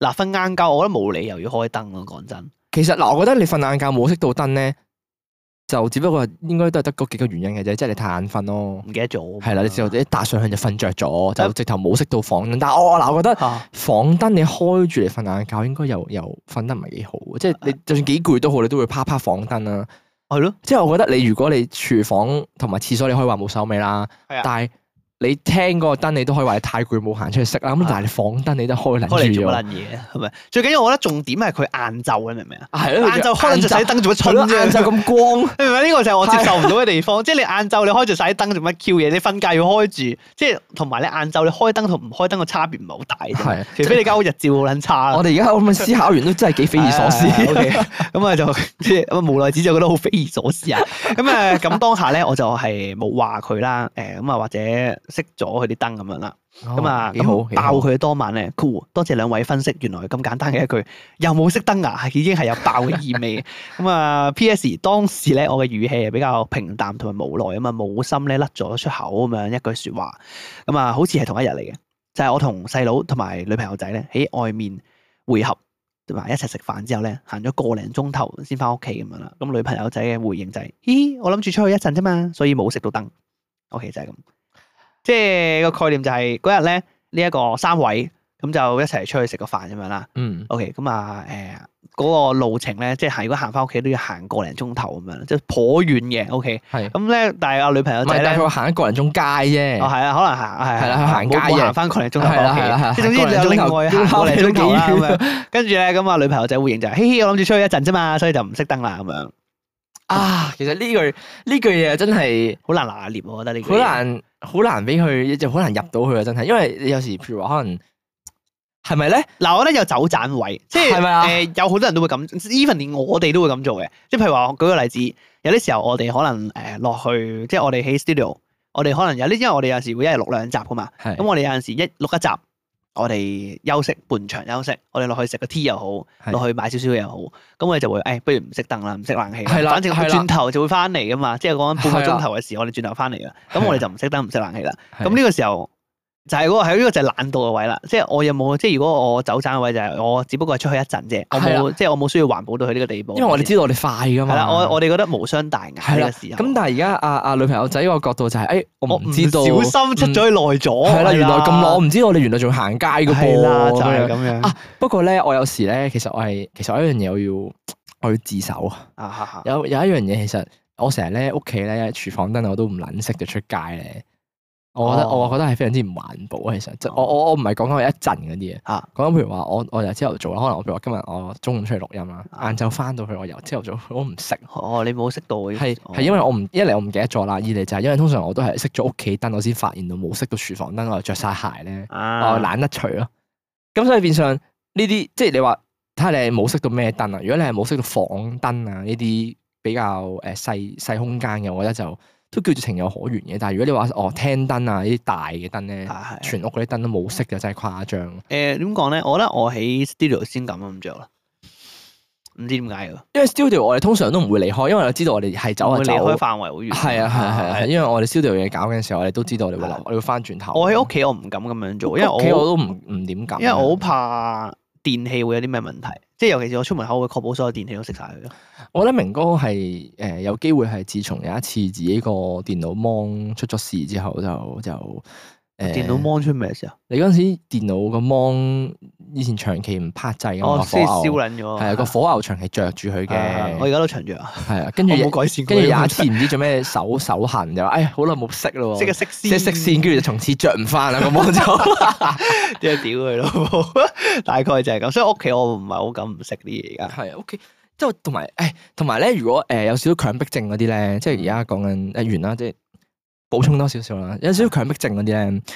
嗱瞓晏覺，我覺得冇理由要開燈咯，講真。其實嗱，我覺得你瞓晏覺冇熄到燈咧，就只不過應該都係得嗰幾個原因嘅啫，即係你太眼瞓咯，唔記得咗。係啦，你之後一搭上去就瞓着咗，就但直頭冇熄到房燈。但係我嗱，我覺得嚇房燈你開住嚟瞓晏覺，應該又又瞓得唔係幾好，即係你就算幾攰都好，你都會啪啪房燈啦。係咯，即係我覺得你如果你廚房同埋廁所你可以話冇手尾啦，係啊但係你聽嗰個燈你都可以話你太攰冇行出去熄啦。咁啊但係你放燈你都開撚開嚟住做乜咗，撚嘢？係咪？最緊要我覺得重點係佢晏晝，你明唔明啊？係晏晝咯開撚住晒燈做乜係春咯晏晝啫？咁光，你明唔明？呢個就係我接受唔到嘅地方，即係你晏晝你開住晒燈做乜 Q 嘢？你瞓覺要開住，即係同埋你晏晝你開燈同唔開燈個差別唔係好大啫係。除非你間屋日照好撚差啦我。哋而家咁樣思考完都真係幾匪夷 所思。 O K，咁啊就 即係咁啊無奈子就覺得好匪夷所思 啊！咁啊咁當下咧我就係冇話佢啦，誒咁啊或者熄咗佢啲燈咁樣啦。咁啊，哦幾 好咁爆佢當晚咧，cool，多謝兩位分析，原來咁簡單嘅一句，又冇熄燈啊， 係已經係有爆嘅意 味。咁啊，P.S. 當時咧，我嘅語氣係比較平淡同埋無奈啊嘛，冇心咧甩咗出口咁樣一句説話。咁啊，好似係同一日嚟嘅，就係、我同細佬同埋女朋友仔咧喺外面會合。同埋一齊食飯之後咧，行咗個零鐘頭先翻屋企咁樣啦。咁女朋友仔嘅回應就係、咦，我諗住出去一陣啫嘛，所以冇熄到燈。O.K. 就係咁，即係個概念就係嗰日咧呢一個三位咁就一齊出去食個飯咁樣啦。嗯 O.K. 咁啊誒嗰個路程咧，即係行如果行翻屋企都要行個零鐘頭咁樣，即係頗遠嘅。O.K. 係，咁咧，但係我女朋友唔仔係咧但係，佢行一個人中街啫哦。係啊，可能行係係啦行街冇冇嘅啊行翻個零鐘頭係啦翻係啦係屋啦企，即係總之個就零鐘另頭外行個零鐘頭啦都幾咁遠 樣。跟住咧咁啊，女朋友仔回應就係嘻嘻，我諗住出去一陣啫嘛，所以就唔熄燈啦咁樣，啊，其實呢句呢句嘢真係好難拿捏喎我覺得呢個好難好難俾佢，就好難入到去啊！真係，因為你有時譬如話可能係咪咧？嗱，我覺得有走盞位，即係係咪啊誒有好多人都會咁，even 連我哋都會咁做嘅。即係譬如話，我舉個例子，有啲時候我哋可能誒落、去，即係我哋喺 studio，我哋可能有啲，因為我哋有時會一日錄兩集噶嘛，係咁我哋有陣時一錄一集，我哋休息半場休息，我哋落去食個 tea 又好，係落去買少少嘢又好，咁我哋就會誒、哎不如唔熄燈啦，唔熄冷氣啦，係啦反正係啦轉頭就會翻嚟噶嘛，即係講緊半個係啦鐘頭嘅事，我哋轉頭翻嚟啦，係咁啦我哋就唔熄燈唔熄冷氣啦。係咁呢個時候就係嗰、個係呢個就係懶惰嘅位啦，即係我有冇即係如果我走盞嘅位就係我只不過係出去一陣啫，我係冇即係我冇需要環保到去呢個地步。因為我哋知道我哋快噶係嘛。啦，我我哋覺得無傷大雅係呢啦個時候。咁但係而家阿阿女朋友仔個角度就係，誒我我唔知道，嗯唔小心出咗去耐咗，係啦，原來咁耐，我唔知道我哋原來仲行街噶係噃。啦，就咁樣係咁樣啊不過咧，我有時咧，其實我係其實我有一樣嘢我要我要自首啊。啊哈哈有有一樣嘢其實我成日咧屋企咧廚房燈我都唔撚熄就出街咧。我覺得、哦我覺得係非常之唔環保啊！其實即係哦我我我唔係講緊我一陣嗰啲嘢，啊講緊譬如話我我由朝頭早啦，可能我譬如話今日我中午出去錄音啦，啊晏晝翻到去我由朝頭早我唔熄。哦，你冇識到嘅，係哦係因為我唔一嚟我唔記得咗啦，二嚟就係因為通常我都係熄咗屋企燈，我先發現到冇熄到廚房燈，我就着晒鞋咧。啊我哦懶得除咯。咁所以變相呢啲，即係你話睇下你係冇熄到咩燈啊。如果你係冇熄到房燈啊呢啲比較誒細細空間嘅，我覺得就都叫做情有可原嘅。但係如果你話哦廳燈啊呢啲大嘅燈咧，啊係全屋嗰啲燈都冇熄就真係誇張。誒點講咧？我覺得我喺 studio 先咁咁着啦，唔知點解嘅，因為 studio 我哋通常都唔會離開，因為我知道我哋係走會就走。離開範圍好遠。係啊係啊係啊係啊，因為我哋 studio 嘢搞嘅時候，我哋都知道我哋會係留，我哋會翻轉頭。我喺屋企我唔敢咁樣做，因為屋企我我都唔唔點啊敢，因為我好怕電器會有啲咩問題，即係尤其是我出門口，我會確保所有電器都熄晒佢咯。我覺得明哥係誒、呃有機會係自從有一次自己個電腦芒出咗事之後就就誒、呃、電腦芒出咩事啊？你嗰陣時電腦個芒以前長期唔拍掣嘅嘛，哦，啊火先燒牛撚咗。係啊個火牛長期着住佢啊我而嘅，家都長着啊，係啊跟我住冇改善過跟住有呢個一問題次 唔知做咩手手痕就話哎呀好耐冇熄咯熄喎一。熄即係先，熄線，跟住就從此着唔翻啦個芒就係即係屌佢老母， 大概就係咁。所以屋企我唔係好敢唔熄啲嘢而家。啊，OK。即係同埋誒，同埋咧，如果誒有少少強迫症嗰啲咧，即係而家講緊誒呃完啦，即係補充多少少啦。有少少強迫症嗰啲咧，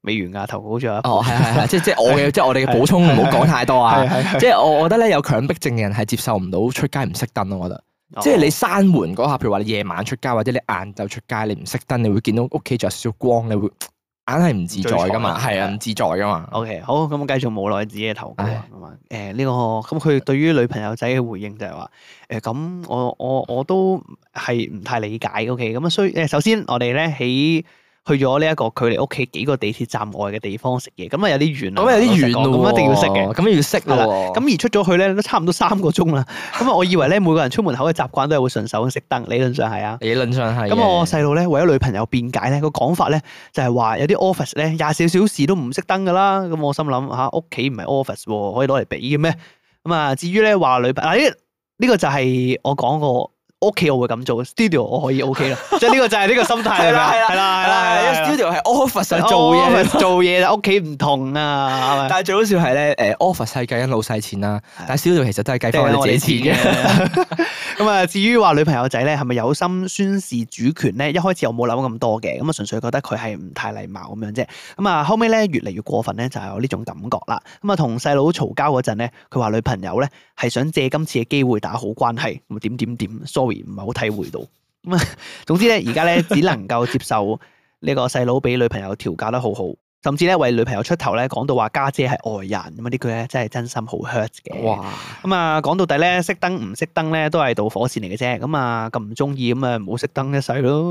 美元啊，頭好咗哦，係係係， 即係即係我嘅，即係我哋嘅補充，唔好講太多啊係。係 即係我我覺得咧，有強迫症嘅人係接受唔到出街唔熄燈咯。我覺得，哦即係你閂門嗰下，譬如話你夜晚出街或者你晏晝出街，你唔熄燈，你會見到屋企着少少光，你會硬係唔自在噶嘛，最係錯啊，啦唔自在噶嘛。 O K，好，咁我繼續冇耐自己嘅投稿啊唉咁啊。誒呢個咁佢對於女朋友仔嘅回應就係話誒咁我我我都係唔太理解 O K，咁啊雖誒首先我哋咧喺去咗呢一個距離屋企幾個地鐵站外嘅地方食嘢，咁啊有啲遠啦，哦咁有啲遠老實講咯，咁一定要識嘅。咁要識咯。咁而出咗去咧都差唔多三個鐘啦，咁啊我以為咧每個人出門口嘅習慣都係會順手熄燈，理論上係啊。理論上係嘅。咁我細佬咧為咗女朋友辯解咧，個講法咧就係話有啲 office 咧廿四小時都唔熄燈噶啦。咁我心諗吓屋企唔係 office 喎，可以攞嚟比嘅咩？咁啊，至於咧話女朋友呢呢個就係我講過。屋企我會咁做，studio 我可以 OK 啦，即係呢個就係呢個心態嚟㗎，係啦係啦係啦係啦係係啦啦，因為 studio 係 office 上做做嘢嘢嚟嘛。做嘢啦，屋企唔同啊，係咪？但係最好笑係咧，誒 office 係計緊老細錢啦，但係 studio 其實都係計翻我哋自己錢嘅。嘅。咁啊，至於話女朋友仔咧，係咪有心宣示主權咧？一開始我冇諗咁多嘅，咁啊純粹覺得佢係唔太禮貌咁樣啫。咁啊後尾咧越嚟越過分咧，就係有呢種感覺啦。咁啊同細佬嘈交嗰陣咧，佢話女朋友咧係想借今次嘅機會打好關係，咁啊點點點，sorry 唔係好體會到。咁啊，總之咧而家咧只能夠接受呢個細佬俾女朋友調教得好好。甚至咧為女朋友出頭咧，講到話家姐係外人咁啊！呢句咧真係真心好 hurt 嘅。哇！咁啊，講到底咧，熄燈唔熄燈咧，都係導火線嚟嘅啫。咁啊，咁唔中意咁啊，唔好熄燈一世咯。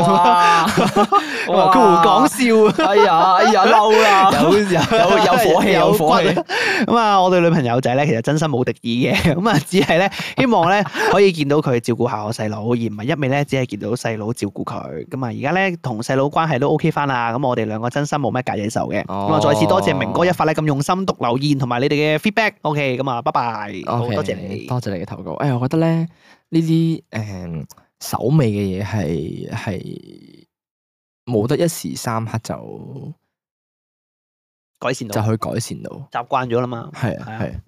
哇！ 咁啊，佢會講笑。哎呀哎呀嬲啦！ 有有有有火 氣有火氣骨咁啊！我對女朋友仔咧，其實真心冇敵意嘅，咁啊，只係咧希望咧可以見到佢照顧下我細佬，而唔係一味咧只係見到細佬照顧佢。咁啊，而家咧同細佬關係都 OK 翻啦。咁我哋兩個真心冇咩隔嘢仇嘅。咁啊，哦再次多謝明哥一發咧咁用心讀留言同埋你哋嘅 feedback。OK，咁啊，拜拜， 好 OK，多謝你。多謝你嘅投稿。誒、我覺得咧呢啲誒手尾嘅嘢係係冇得一時三刻就改善就到去改善到。習慣咗啦嘛。係啊係啊係啊。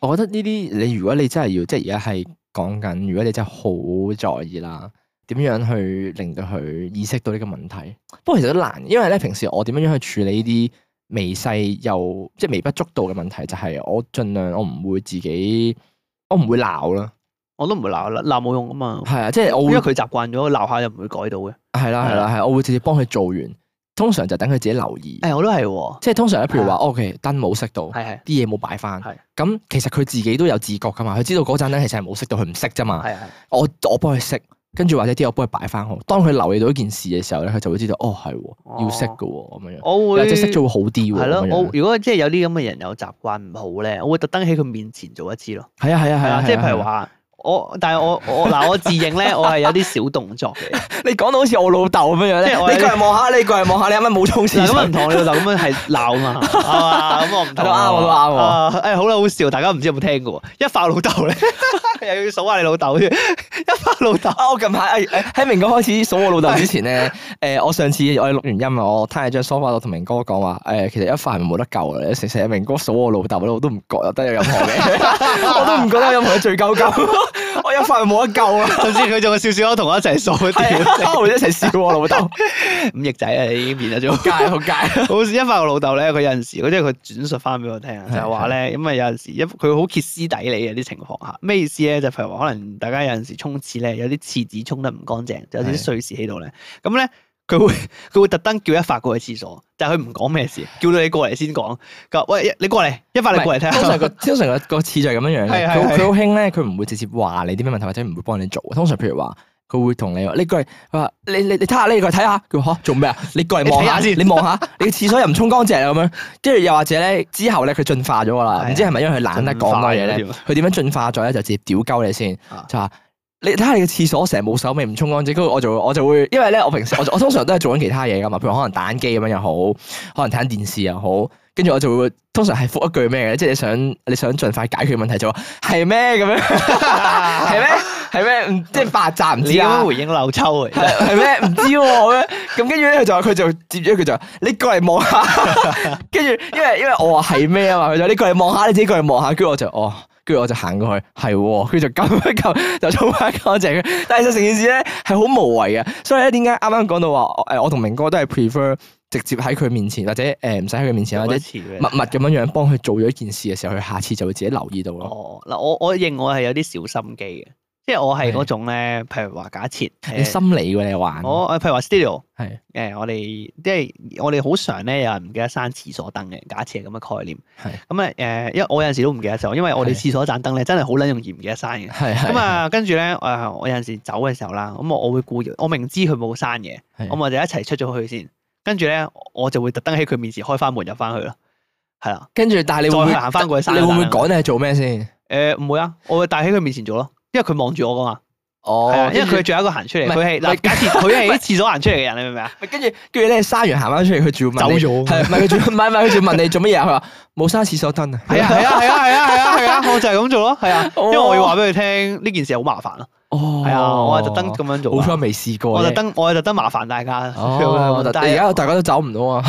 我覺得呢啲你如果你真係要，即係而家係講緊，如果你真係好在意啦，點樣去令到佢意識到呢個問題？不過其實都難，因為咧平時我點樣樣去處理呢啲微細又即係微不足道嘅問題，就係、我盡量我唔會自己，我唔會鬧啦。我都唔會鬧啦，鬧冇用噶嘛，係啊，即係我因會為佢習慣咗鬧下又唔會改到嘅。啊係啦係啦係，我會直接幫佢做完。通常就等佢自己留意，誒，我都係喎，即係通常咧，譬如話啊，OK 燈冇熄到，係係啲嘢冇擺翻係，咁其實佢自己都有自覺噶嘛，佢知道嗰盞燈其實係冇熄到，佢唔熄啫嘛。係係我我幫佢熄，跟住或者啲嘢我幫佢擺翻好。當佢留意到呢件事嘅時候咧，佢就會知道哦係喎，要熄嘅喎咁樣樣，我會或者熄咗會好啲喎係咁咯，樣我樣。如果即係有啲咁嘅人有習慣唔好咧，我會特登喺佢面前做一次咯。係啊係啊係係啊啊，，即係譬如係啊，話我，但係我我嗱，我自認 咧，我係有啲小動作嘅。你講到好似我老豆咁樣樣即咧，係我有你啲過嚟望下，你過嚟望下，你啱啱冇沖嗱廁咁啊唔同所。我老豆咁樣係鬧 嘛，係嘛？咁我唔同都啊。啱我都啱喎啊誒好啦，好笑，大家唔知有冇聽 過喎？一發老豆咧， 又要數下你老豆先。一發老豆，啊！我近排誒誒喺明哥開始數我老豆之前咧， 誒我上次我哋錄完音啊，我攤喺張梳化度同明哥講話誒，其實一飯冇得救啦，成成日明哥數我老豆咧，我都唔覺得有任何嘅， 我都唔覺得有任何嘅罪疚感， 我一飯冇得 救啊！甚至佢仲有笑笑口同我一齊數，係屌啊，我哋一齊笑我老豆， 五億仔啊，你已經變咗做。街好街， 好似一發我老豆咧，佢有陣時，佢即係佢轉述翻俾我聽啊，就係話咧，因為有陣時一佢好歇斯底里嘅啊啲情況下，咩意思咧？就譬如話，可能大家有陣時沖廁咧，有啲廁紙沖得唔乾淨，就有啲係碎屑喺度咧，咁咧佢會佢會特登叫一發過去廁所，但係佢唔講咩事，叫到你過嚟先講。佢話：喂，一你過嚟，一發你過嚟睇通常下。個通常個個次序係咁樣樣嘅係係佢好係佢好興咧，佢唔會直接話你啲咩問題，或者唔會幫你做。通常譬如話。佢會同你話：呢句佢話你你你睇下呢個睇下，佢話嚇做咩啊？你過嚟望下你睇下先，先你望下，你個廁所又唔沖乾淨啊咁樣。跟住又或者咧，之後咧佢進化咗㗎啦，係唔知係咪因為佢懶得講多嘢咧進化咗？佢點樣進化咗咧？就直接屌鳩你先啊，就話你睇下你個廁所成日冇手尾唔沖乾淨，跟住我就會我就會，因為咧我平時我我通常都係做緊其他嘢㗎嘛，譬如可能打緊機咁樣又好，可能睇緊電視又好，跟住我就會通常係覆一句咩嘅，即係你想你想盡快解決問題就話係咩 咁樣，係咩係咩，唔即係白雜唔 你知咁啊樣。回應漏抽 嚟，係係咩？唔知喎咁樣咁跟住咧，佢就話佢就接咗佢就話你過嚟 望下，跟住因為因為我話係咩啊嘛，佢就話你過嚟望下，你自己過嚟望下，跟住我就哦，跟住我就行過去，係喎，跟住就撳一撳就沖翻乾淨佢。但係其實成件事咧係好無謂嘅，所以咧點解啱啱講到話誒，我同明哥都係 prefer 直接喺佢面前，或者誒唔使喺佢面前，或者默默默咁樣樣幫佢做咗一件事嘅時候，佢下次就會自己留意到咯。哦，嗱，我我認我係有啲小心機嘅，即係我係係嗰種咧，譬如話假設誒你心理喎，你玩我呃誒譬如話 studio。係誒、我哋即係我哋好常咧，有人唔記得閂廁所燈嘅，假設係咁嘅概念。係咁啊誒，因為我有陣時都唔記得咗，因為我哋係廁所盞燈咧真係好撚容易唔記得閂嘅。係係咁啊，跟住咧誒，我有陣時走嘅時候啦，咁我我會故意，我明知佢冇閂嘅，係咁我就一齊出咗去先。跟住咧，我就會特登喺佢面前開翻門入翻去咯。係啦，跟住但係你會唔會再行返過去你閂會唔燈會啊講你係做咩先？誒唔會啊，我會帶喺佢面前做咯，因為佢望住我噶嘛。係哦啊，因為佢最後一個行出嚟，唔係佢係唔係嗱，假設佢係喺廁所行出嚟嘅人，你明唔明啊？跟住跟住咧，生完行翻出嚟，佢仲要問你走咗係唔係佢仲要唔係唔係佢仲要問你做乜嘢啊？佢話冇閂廁所 燈啊，係啊係啊係啊係啊係啊係啊，我就係咁做咯，係啊，因為我要話俾佢聽呢件事好麻煩咯，哦，係啊，我係特登咁樣做好彩啊，未試過我啫，特登啊我係特登麻煩大家， 哦，但係而家大家都走唔到啊，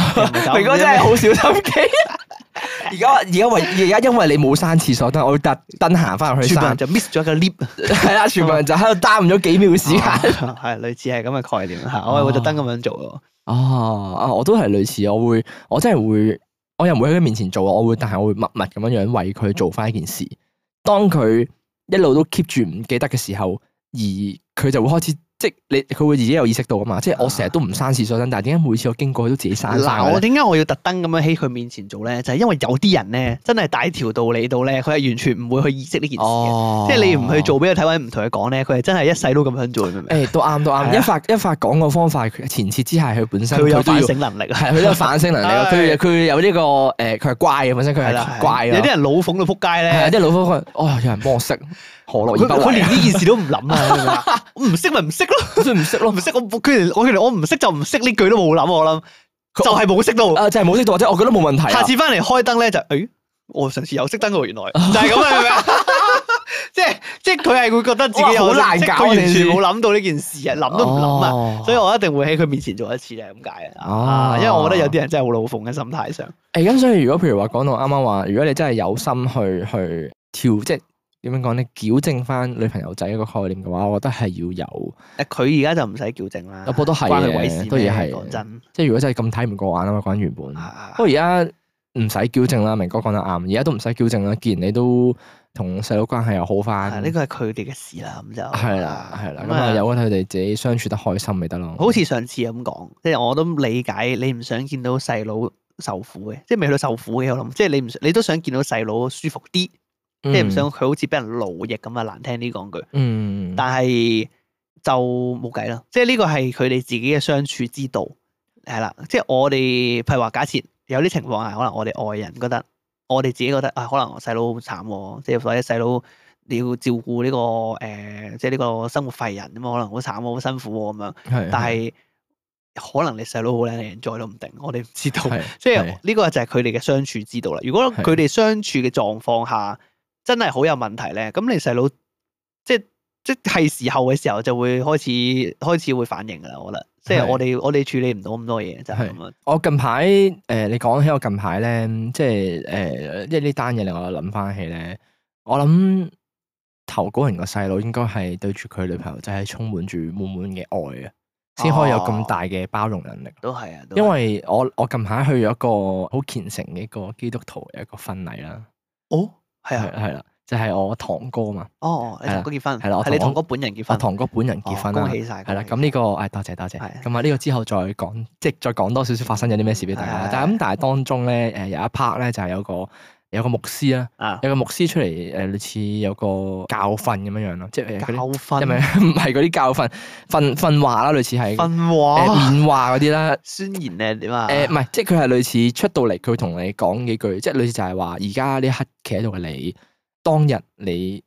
明哥哥真係好小心 機。而家而家為而家因為你冇閂廁所燈，我要特登行翻入去全部人閂，就 miss 咗個 lift，啊係啦，全部人就喺度耽誤咗幾秒嘅時間。 係類似係咁嘅概念啊嚇，我係會特登咁樣做咯，哦，啊，我都係類似，我會，我真係會，我又唔會喺佢面前做，我會，但係我會默默咁樣樣為佢做翻一件事。當佢一路都 keep 住唔記得嘅時候，而佢就會開始，即係你佢會自己有意識到噶嘛。即係我成日都唔閂廁所燈，但係點解每次我經過佢都自己閂啊嗱，曬我咧？點解我要特登咁樣喺佢面前做咧？就係因為有啲人咧真係大條道理到咧，佢係完全唔會去意識呢件事嘅，哦即係你唔去做俾佢睇或者唔同佢講咧，佢係真係一世都咁樣做，你明唔明？誒，都啱都係啊啱。一發一發講個方法，佢前設之下佢本身佢有佢都反要省能力啊！係佢都有反省能力 咯。佢係佢有呢個誒，佢係乖嘅本身，佢係啊係啦，乖啊有啲嘅。人老奉到撲街係啊，咧，啲老夫君，哦，有人幫我識，何樂佢而不佢為啊連？呢件事都唔 諗啊你明唔明啊！我唔識咪唔識咯，佢唔識我咯唔，識我佢連我佢連我唔識就唔識呢句都冇諗啊我諗，佢就係冇識到。 啊就係冇識到，或者我覺得冇問題啊。下次翻嚟開燈咧就誒，我上次有熄燈喎，原 來就係咁啊！明唔明啊即係即係佢係會覺得自己有哇好難搞啊佢完呢全件事冇諗到呢件事啊，諗都唔諗啊！啊所以我一定會喺佢面前做一次咧，咁解啊！啊因為我覺得有啲人真係好老奉嘅心態上，誒咁，所以如果譬如話講到啱啱話，如果你真係有心去去調，即係點樣講咧，矯正翻女朋友仔一個概念嘅話，我覺得係要有。誒佢而家就唔使矯正啦，不過都係關佢嘅鬼事咩都嘢係講真。即係如果真係咁睇唔過眼啊嘛，講緊原本。啊不過而家唔使矯正啦，明哥講得啱，而家都唔使矯正啦。既然你都同細佬關係又好翻，係呢個係佢哋嘅事啦，咁就嗯係啦係啦，咁咁啊啊由得佢哋自己相處得開心咪得咯。好似上次咁講，即係我都理解你唔想見到細佬受苦嘅，即係未去到受苦嘅我諗，即係你唔你都想見到細佬舒服啲，即即係唔想佢好似俾人奴役咁啊，難聽啲講句。嗯，但係就冇計啦，即係呢個係佢哋自己嘅相處之道，係啦。即係我哋譬如話，假設有啲情況係可能我哋外人覺得，我哋自己覺得啊，可能我細佬好慘喎，即係或者細佬你要照顧呢、個誒、呃即係呢個生活廢人咁啊，可能好慘喎，好辛苦喎咁樣。係但係可能你細佬好靚，你 enjoy 都唔定，我哋唔知道。係啊即係係呢個就係佢哋嘅相處之道啦。如果係佢哋相處嘅狀況下真係好有問題咧，咁你細佬即係即係時候嘅時候就會開始開始會反應噶啦。我覺得即係係我哋我哋處理唔到咁多嘢就係咁啊樣。我近排誒、呃你講起我近排咧，即係誒、呃因為呢單嘢令我諗翻起咧，我諗投稿人個細佬應該係對住佢女朋友真係充滿住滿滿嘅愛啊，先可以有咁大嘅包容能力。都係啊，都係因為我我近排去咗一個好虔誠嘅一個基督徒嘅一個婚禮啦，哦係係啊，係啦，就係、我堂哥嘛，哦哦，你係啦同哥結婚係啦我係你同同我哥本人結我婚，堂哥本人結婚哦啦恭，喜晒。係啦，恭咁喜呢個誒多謝多謝，係咁啊呢個之後再講，即係再講多少少發生咗啲咩事俾大家啦係。但係咁，但係當中咧誒有一 part 咧就係有個有個牧師啦，晒啊有個牧師出嚟誒類似有個教訓咁樣樣咯，即係誒教嗰啲訓係咪 唔係嗰啲教訓訓訓話啦，類似係訓 誒話面話嗰啲啦。宣言咧點啊？呃誒唔係，即係佢係類似出到嚟，佢同你講幾句，即係類似就係話，而家呢一刻企喺度嘅你，當日你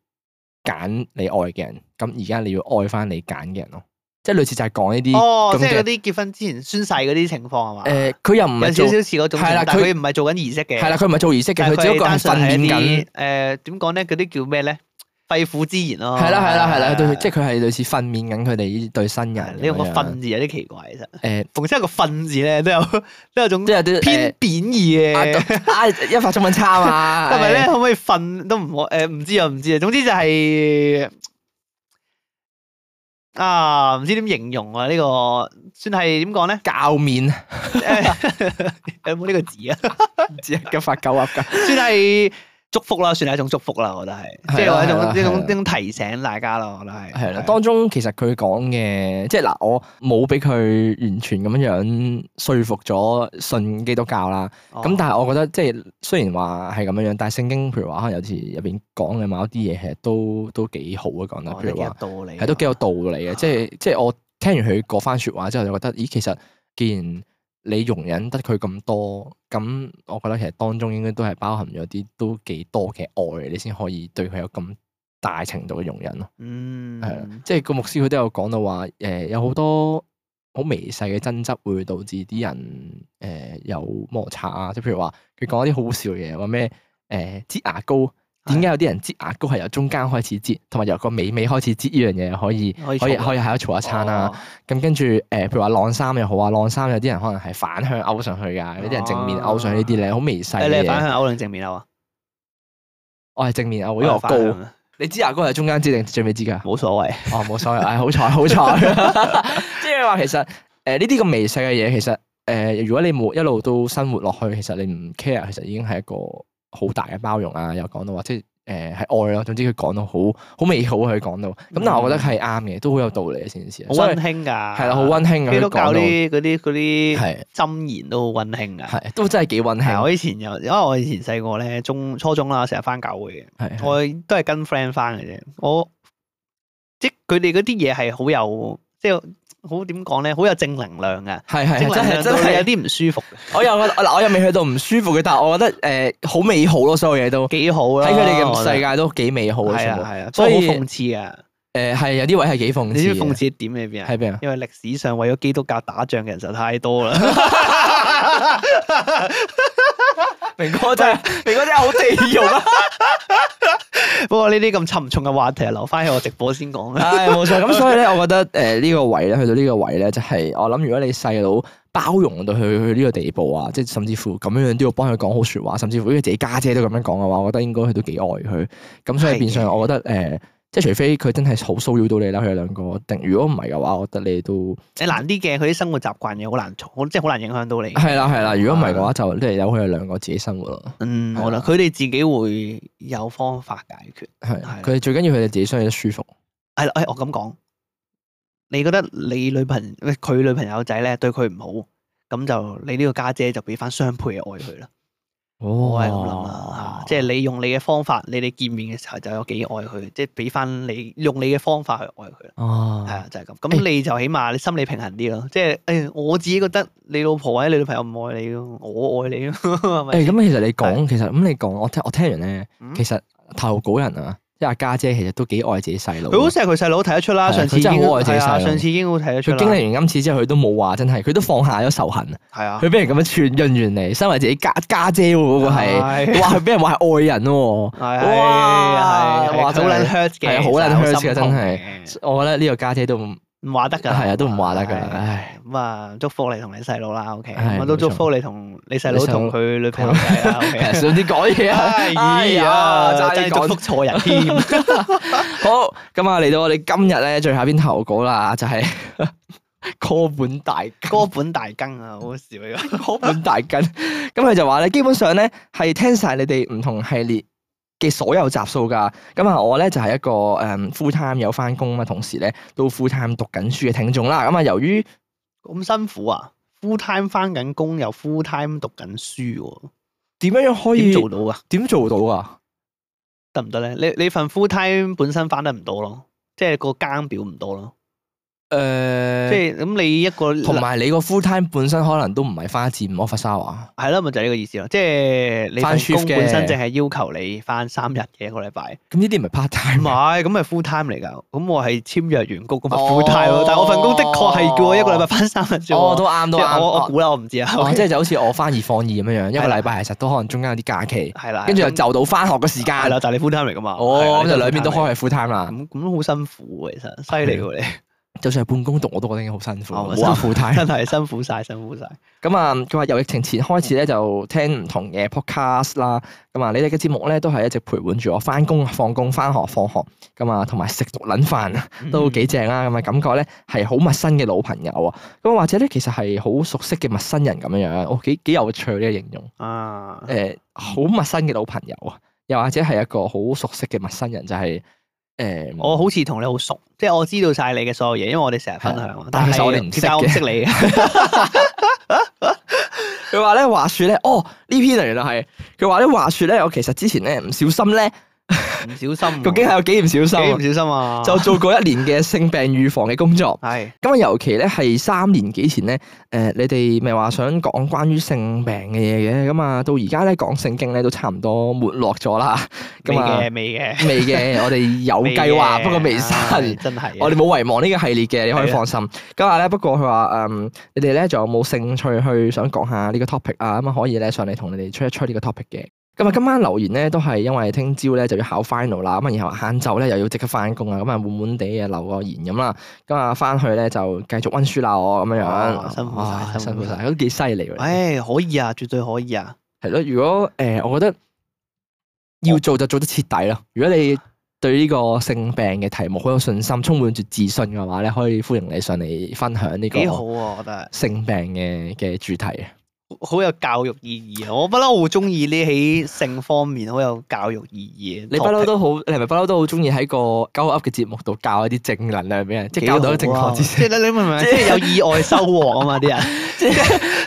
揀你愛嘅人，咁而家你要愛翻你揀嘅人咯，即係類似就係講呢啲哦，咁即係嗰嘅。啲結婚之前宣誓嗰啲情況係嘛？誒，佢又唔有係少做少似嗰種情況，係啦但佢佢唔係做緊儀式嘅。係啦，佢唔係做儀式嘅，但佢係只不過係單純訓係練一緊啲。誒點講咧？嗰啲叫咩咧？肺腑之言咯。係啦係啦係啦，對，即哦係係佢係類似訓練緊佢哋呢對新人咁樣。呃你用個訓字有啲奇怪，其實誒，逢親有個訓字咧，都 有都有種即係有啲偏偏貶義 嘅。啊，一發中文差嘛，？係咪咧？可唔可以瞓都唔好？誒唔知啊，唔知啊。總之就係啊，唔知點形容啊？呢個算係點講咧教面誒有冇呢個字啊？ 唔知一發狗噏㗎。算係祝福啦，算係一種祝福啦，我覺得係，即係係啦話一係啦啊種一係種啦一種提醒大家啦，我覺得係。係啦，當中其實佢講嘅，即係嗱，我冇俾佢完全咁樣樣說服咗信基督教啦。咁、但係我覺得即係雖然話係咁樣樣，但係聖經譬如話可能有時入邊講嘅某一啲嘢，其實都都幾好啊講得，係譬如話道理係都幾有道理嘅。啊即係即係我聽完佢嗰番説話之後，就覺得咦，其實既然你容忍得佢咁多，咁我覺得其實當中應該都係包含咗啲都幾多嘅愛，你先可以對佢有咁大程度嘅容忍咯。嗯係啦，即係個牧師佢都有講到話，誒、有好多好微細嘅爭執會導致啲人誒、有摩擦啊，即係譬如話佢講一啲好好笑嘅嘢，話咩誒擠牙膏，點解有啲人擠牙膏係由中間開始擠，同埋由個尾尾開始擠呢樣嘢可以可以可以嘈可以喺度嘈一餐啊啦、哦咁跟住誒，譬如話晾衫又好啊，晾衫有啲人可能係反向勾上去㗎，有啲人正面勾上去呢啲咧，好微細誒你嘅係反嘢。向歐定正面啊？我係正面勾，我因為我係反高向。啊你擠牙膏係中間擠定最尾擠㗎？冇所謂。哦，冇所謂，唉，好彩 好彩，即係話其實誒呃呢啲咁微細嘅嘢，其實誒、呃如果你冇一路都生活落去，其實你唔 care，其實已經係一個好大嘅包容啊。又講到話即係。誒係愛咯，總之佢講到好好美好啊，佢講到咁，但係我覺得係啱嘅，都好有道理嘅先事，嗯好所以温馨㗎。係啦，好温馨嘅啊基佢督講教到，啲嗰啲嗰啲係箴言都好温馨㗎。係都真係幾温馨，係啊係我以前又，因為我以前細個咧，中初中啦，成日翻教會嘅。係我都係跟 friend 翻嘅啫。我即係佢哋嗰啲嘢係好有，即係好點講咧，好有正能量嘅。係係正能真係量真到你有係，啲唔舒服嘅，我又覺得嗱，我又未去到唔舒服嘅，但係我覺得誒好美好咯，所有嘢都幾好啦。喺佢哋嘅世界，界都幾美好啊啊，係全啊部係啊，所所以以好諷刺啊！誒呃係有啲位係幾諷你知唔知刺諷嘅，刺點喺邊啊？喺邊啊？因為歷史上為咗基督教打仗嘅人實在太多啦。 明哥真 係，明哥真係好地獄啊！不過呢啲咁沉重嘅話題，啊留翻喺我直播先講 啦。唉，冇錯。咁所以咧，我覺得誒呢個位咧，去到呢個位咧，就係我諗，如果你細佬包容到佢去呢個地步啊，即係甚至乎咁樣樣都要幫佢講好説話，甚至乎因為自己家姐都咁樣講嘅話，我覺得應該佢都幾愛佢。咁所以變相，我覺得誒。呃即係除非佢真係好騷擾到你啦，佢哋兩個定如果唔係嘅話，我覺得你都你難啲嘅，佢啲生活習慣嘢好難，好即係好難影響到你。係啦係啦。如果唔係嘅話，就你係由佢哋兩個自己生活咯。嗯，係好啦，啊佢哋自己會有方法解決。係係佢哋最緊要佢哋自己相處得舒服。係啦，誒，我咁講，你覺得你女朋喂佢女朋友仔咧對佢唔好，咁就你呢個家姐就俾翻雙倍嘅愛佢啦。我係咁諗啦，啊嚇即係你用你嘅方法，你哋見面嘅時候就有幾愛佢，即係俾翻你用你嘅方法去愛佢啦。哦係啊，就係咁。咁你就起碼你心理平衡啲咯。即係誒，我自己覺得你老婆或者你女朋友唔愛你咯，我愛你咯， 係咪？誒咁，其實你講其實咁你講，我聽我聽完咧，嗯其實投稿人啊，即係阿家姐，其實都幾愛自己細佬。啊佢好錫佢細佬睇得出啦，係啊上次佢已經真係好愛自己係啊細佬上次已經好睇得出佢啦。經歷完今次之後，佢都冇話真係，佢都放下咗仇恨。係啊，佢俾人咁樣串潤完嚟，身為自己家家姐喎，嗰個係，係哇！佢俾人話係愛人喎。係係哇係，哇好真係撚 hurt 嘅，係好撚 hurt 嘅其實好心痛嘅我覺得呢個家姐都唔唔話得㗎，係啊都唔話得㗎係唉咁啊，祝福你同你細佬啦，OK，啊係我都冇錯祝福你同你細佬你細佬同佢女朋友仔啦係 ，OK。想啲講嘢啊！哎呀，真係祝講福錯人添， 好咁啊！嚟到我哋今日咧最後一篇投稿啦，就係 哥本大 哥本大羹啊，好好笑呢個。哥本大根。咁佢就話咧，基本上咧係聽晒你哋唔同系列。嘅所有集數㗎，咁啊我咧就係、一個誒、full time 有翻工啊，同時咧都 full time 讀緊書嘅聽眾啦。咁啊由於咁辛苦啊！full time 翻緊工又 full time 讀緊書喎，點樣樣可以點做到啊？點做到啊？得唔得咧？你你份 full time 本身翻得唔到咯，即係個更表唔到咯，誒、即係咁你一個同埋你個 full time 本身可能都唔係花字唔啊 office hour，係啦，咪就係呢個意思咯。即係你翻份 shift 工本身嘅淨係要求你翻三日嘅一個禮拜，咁呢啲唔係 part 唔 time 啊。係咁咪 full time 嚟㗎。咁我係簽約員工，咁咪哦 full time 咯。但係我份工的確係叫我一個禮拜翻三日啫哦，喎。都啱，即都係啱。我我哦估啦，我唔知啊。哦 OK，即係就好似我翻二放二咁樣樣，一個係啦禮拜其實都可能中間有啲假期，係啦，跟住又咁就到翻學嘅時間係。啦，但係你 full time 嚟㗎嘛。係啦哦，咁就兩邊都。你開係 full time 啦。 full-time 嚟咁咁好辛苦喎，其 實犀利喎你，就算係半工讀，我都覺得已經好辛苦，哦冇話 full time。真係辛苦晒，辛苦晒。咁啊，佢話由疫情前開始咧，就聽唔同嘅 podcast 啦。咁啊，你哋嘅節目咧都係一直陪伴住我翻工、啊放工、翻學、放學。咁啊，同埋食毒撚飯。啊嗯都幾正啦，咁啊感覺咧係好陌生嘅老朋友啊，咁或者咧其實係好熟悉嘅陌生人咁樣樣，我幾幾有趣呢個形容，嗯啊，誒、呃好陌生嘅老朋友啊，又或者係一個好熟悉嘅陌生人，就係、呃誒、我好似同你好熟，即係我知道晒你嘅所有嘢，因為我哋成日分享啊。 但係其實我哋唔其識實我唔嘅識你啊 嘅。佢話咧話説咧，哦呢篇啊原來係佢話咧話説咧，我其實之前咧唔小心咧，唔小心喎，啊 究竟係有幾唔小心啊，嗯幾唔小心啊？ 就做過一年嘅性病預防嘅工作。係咁啊，尤其咧係三年幾前咧，誒、你哋咪話想講關於性病嘅嘢嘅，咁啊，到而家咧講聖經咧都差唔多沒落咗啦，未咁啊，嘅，未嘅，未嘅，我哋有未計劃，嘅不過未生。唉真係嘅。啊我哋哦冇遺忘呢個系列嘅，你可以係啊放心。咁啊咧，不過佢話誒，你哋咧仲有冇興趣去想講下呢個 topic 啊？咁啊，可以咧上嚟同你哋吹一吹呢個 topic 嘅。咁啊，今晚留言咧都係因為聽朝咧就要考 final 啦，咁啊，然後晏晝咧又要即刻翻工啊，咁啊悶悶地啊留個言咁啦，咁啊翻去咧就繼續温書啦，我咁樣哇樣，哦辛苦晒哇辛辛苦苦晒晒，都幾犀利喎。唉，可以啊，絕對可以啊。係咯，如果誒，我覺得要做就做得徹底咯。如果你對呢個性病嘅題目好有信心，充滿住自信嘅話咧，可以歡迎你上嚟分享呢個幾好啊，我覺得性病嘅嘅主題。啊好有教育意義啊！我不嬲好中意呢喺性方面好有教育意義嘅啊 topic。你不嬲都好，你係咪不嬲都好中意喺個鳩 up 嘅節目度教一啲正能量俾人，即係教到啲正確知幾好啊 識。即係你你明唔明啊？即係有意外收穫啊嘛，啲人。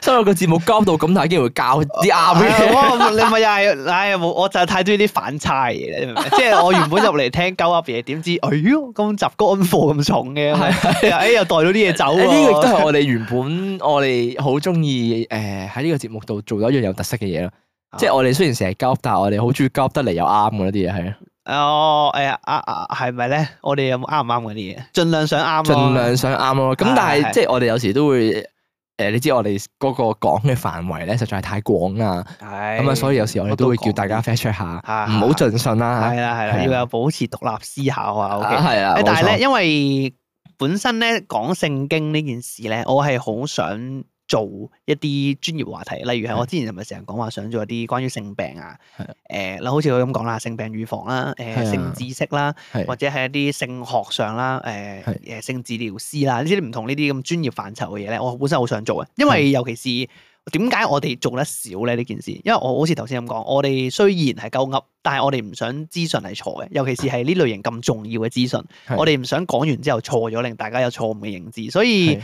收到個節目鳩到咁大機會教 啲啱嘅嘢。係啊我你咪又係，唉冇，我就係太中意啲反差嘅嘢，你明唔明？啊即係我原本入嚟聽鳩噏嘢，點知哎喲咁雜乾貨咁重嘅， 又哎又袋到啲嘢走呢個亦都喎。係我哋原本 我哋好中意誒喺呢個節目度做到一樣有特色嘅嘢咯。即係我哋雖然成日交，但係我哋好中意交得嚟又啱嘅呢啲嘢係啊，哦誒啊啊係咪咧？我哋有冇啱唔啱嗰啲嘢？盡量想啱咯。盡量想啱咯。咁但係啊係即係我哋有時都會誒、你知我哋嗰個講嘅範圍咧實在係太廣啦，係咁啊，所以有時我哋都會叫大家乜 fact check 下，係唔好盡信都啦講係啦係啦，啊係啊要有保持獨立思考啊。嚇。 OK。係啊誒，但係咧，咧，因為本身咧講聖經呢件事咧，我係好想做一啲專業話題，例如係我之前係咪成日講話想做一啲關於性病啊係，誒嗱好似佢咁講啦，性病預防啦，係啊誒性知識啦，係或者係一啲性學上啦，誒係誒性治療師啦，呢啲唔同呢啲咁專業範疇嘅嘢咧，我本身好想做嘅，因為尤其是點解我哋做得少咧呢件事，因為我好似頭先咁講，我哋雖然係鳩噏，但係我哋唔想資訊係錯嘅，尤其是係呢類型咁重要嘅資訊，係我哋唔想講完之後錯咗，令大家有錯誤嘅認知，所以係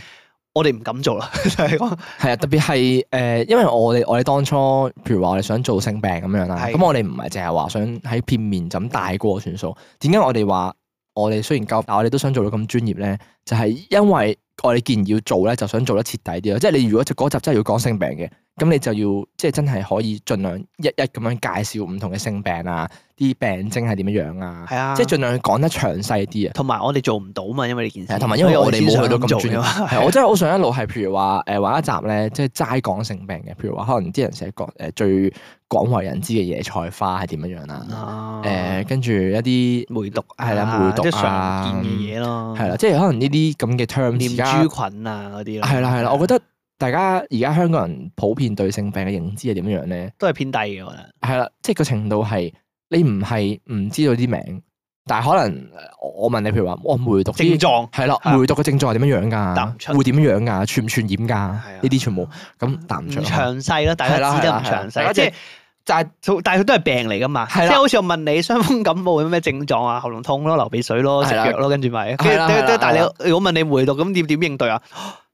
我哋唔敢做啦， 就係講係啊，特別係誒，因為我哋我哋當初，譬如話我哋想做性病咁樣啦，係咁我哋唔係淨係話想喺片面就咁大過算數。點解我哋話我哋雖然夠，但我哋都想做到咁專業咧？就係、因為我哋既然要做咧，就想做得徹底啲咯。即係你如果就嗰集真係要講性病嘅，咁你就要即係真係可以盡量一一咁樣介紹唔同嘅性病啊，啲病徵係點樣樣啊，係啊，即係盡量講得詳細啲啊。同埋我哋做唔到嘛，因為呢件事，係同埋因為我哋冇去到咁所以我哋專先想做業㗎嘛， 係我真係好想一路係，譬如話誒玩一集咧，即係齋講性病嘅，譬如話可能啲人成日講誒最廣為人知嘅野菜花係點樣樣啦，啊誒跟住一啲梅毒啊係啦梅毒啊即係常見嘅嘢咯，係啦，即係可能呢啲咁嘅 terms 啊念而家珠菌啊嗰啲咯，係啦係啦，我覺得大家而家香港人普遍對性病嘅認知係點樣樣咧？都係偏低嘅，我覺得係啦，即係個程度係你唔係唔知道啲名，但係可能呃我問你，譬如話我梅毒症啲狀係啦，啊梅毒嘅症狀係點樣樣答唔㗎？出會點樣樣㗎？傳唔傳染㗎？係啊嗯呢啲全部咁答唔唔出。啊詳細咯，大家係啦知得唔係啦詳係啦細，即係但係但係佢都係病嚟噶嘛，即係啦係好似我問你傷風感冒有咩症狀啊，喉嚨痛咯，流鼻水咯，食係啦藥咯，跟住咪，跟係啦係啦住但係啦哎係你如果問你梅毒咁點點應對啊？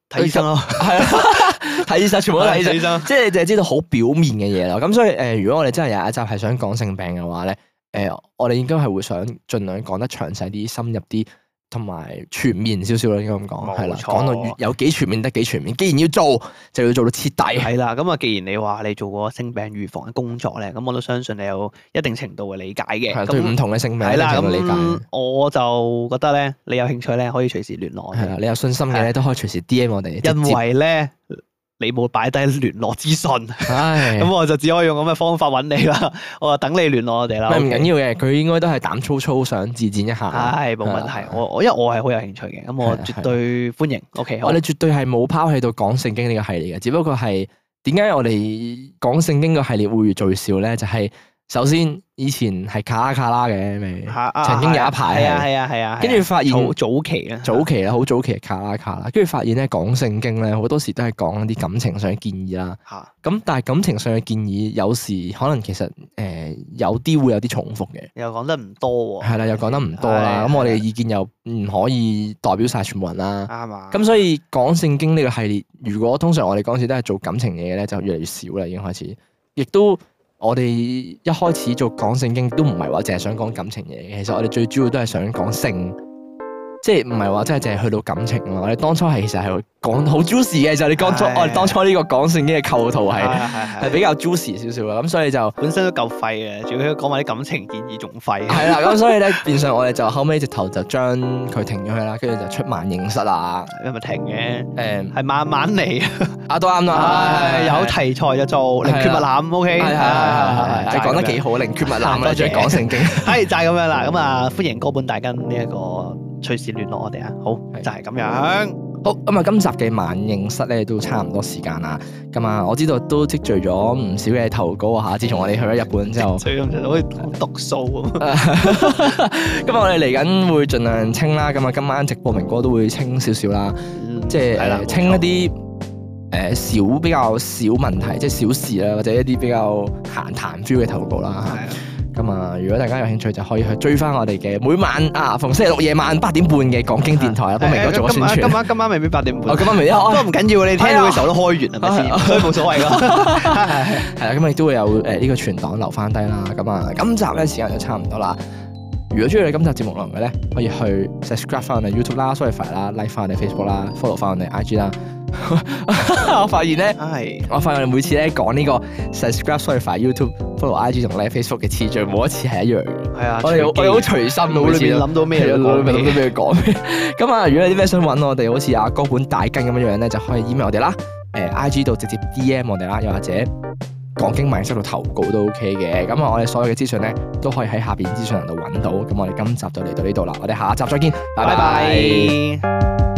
睇醫生咯，係 啊，睇醫生全部都哎睇醫 生哎睇，醫生。即係你淨係知道好表面嘅嘢咯。咁所以誒、呃如果我哋真係有一集係想講性病嘅話咧，誒、我哋應該係會想盡量講得詳細啲、深入啲。同埋全面少少啦，應該咁講，係啦，冇錯講到越有幾全面得幾全面。既然要做，就要做到徹底。係啦，咁啊，既然你話你做過性病預防嘅工作咧，咁我都相信你有一定程度嘅理解嘅。係啊咁對唔同嘅性病係有啦，程度理解咁。我就覺得咧，你有興趣咧，可以隨時聯絡我係啦，哋，你有信心嘅咧，都可以隨時 D M 我哋。直因接為咧你冇擺低聯絡資 訊，唉，咁我就只可以用咁嘅方法揾你啦。 我就等你聯絡我哋啦。咪唔 OK 緊要嘅，佢應該都係膽粗粗想自薦一下。係冇問題係啦，我我因為我係好有興趣嘅，咁我係啦係啦絕對歡迎。O K，好我哋絕對係冇拋棄到講聖經呢個系列嘅，只不過係點解我哋講聖經個系列會越做越少咧？就係、首先以前係卡拉卡拉嘅，咪嚇啊曾經有一排係啊係，係啊係啊，跟住發現早早期啊，早期啦，好早期嘅卡拉卡拉，跟住發現咧講聖經咧好多時都係講一啲感情上嘅建議啦。嚇咁但係感情上嘅建議有時可能其實誒、呃有啲會有啲重複嘅。又講得唔多喎，係啦，又講得唔多啦，係咁我哋嘅係意見又唔可以代表晒全部人啦。啱啊。咁所以講聖經呢個系列，如果通常我哋嗰陣時都係做感情嘢嘅咧，就越嚟越少啦，已經開始。亦都我哋一開始做講聖經都唔係話淨係想講感情嘢嘅，其實我哋最主要都係想講性，即係唔係話真係淨係去到感情啊。我哋當初係其實係講好 juicy 嘅，就係你當初係我哋當初呢個講聖經嘅構圖係係啊係係係比較 juicy 少少啦。咁所以就本身都夠廢嘅，仲要講埋啲感情建議仲廢。係啦，咁所以咧變相我哋就後尾直頭就將佢停咗佢啦，跟住就出萬應室啊，係咪停嘅？誒係慢慢嚟，啊都啱啦，唉 有題材就做，寧缺勿濫係係係係，OK，係，係就係咁樣講得幾好，寧缺勿濫啊！多謝仲講聖經，係就係咁樣啦。咁啊，歡迎哥本大根呢一個隨時聯絡我哋啊。好，係就係咁樣。好咁啊！今集嘅晚應室咧都差唔多時間啦，咁啊，我知道都積聚咗唔少嘅投稿嚇。自從我哋去咗日本之後，所以咁就好似讀數咁。咁啊我哋嚟緊會盡量清啦。咁啊，今晚直播明哥都會清少少啦，即係係啦誒清一啲誒小比較小問題，即係小事啦，或者一啲比較閒談 feel 嘅投稿啦。係啊咁啊，如果大家有興趣就可以去追翻我哋嘅每晚啊，逢星期六夜晚八點半嘅港經電台啊，幫明哥做個宣誒今晚今傳。晚今晚未必八點我半，今晚未啊，不我過唔緊要，你聽到嘅時候都開完係咪係啊先？啊所以冇所謂噶。 係啦，咁亦都會有呃誒呢個存檔留翻低啦。咁啊，今集咧時間就差唔多啦。如果中意我哋今集節目內容嘅咧，可以去 subscribe 翻我哋 YouTube 啦、Spotify 啦、like 翻我哋 Facebook 啦、follow 翻我哋 IG 啦。 我發現咧，係我發現我哋每次咧講呢個 subscribe、Spotify、YouTube、follow IG 同 like Facebook 嘅次序，冇一次係一樣嘅。係啊，我哋好我哋好隨心嘅，腦每裏次邊都諗到咩係就啊講諗 到咩。咩 講咩。咁啊，如果你有啲咩想揾我哋，好似阿哥本大根咁樣樣咧，就可以 email 我哋啦。誒、I G 度直接 D M 我哋啦，又或者講經萬室度投稿都 OK 嘅。咁啊，我哋所有嘅資訊咧都可以喺下邊資訊欄度揾到。咁我哋今集就嚟到呢度啦，我哋下集再見，拜拜。拜拜。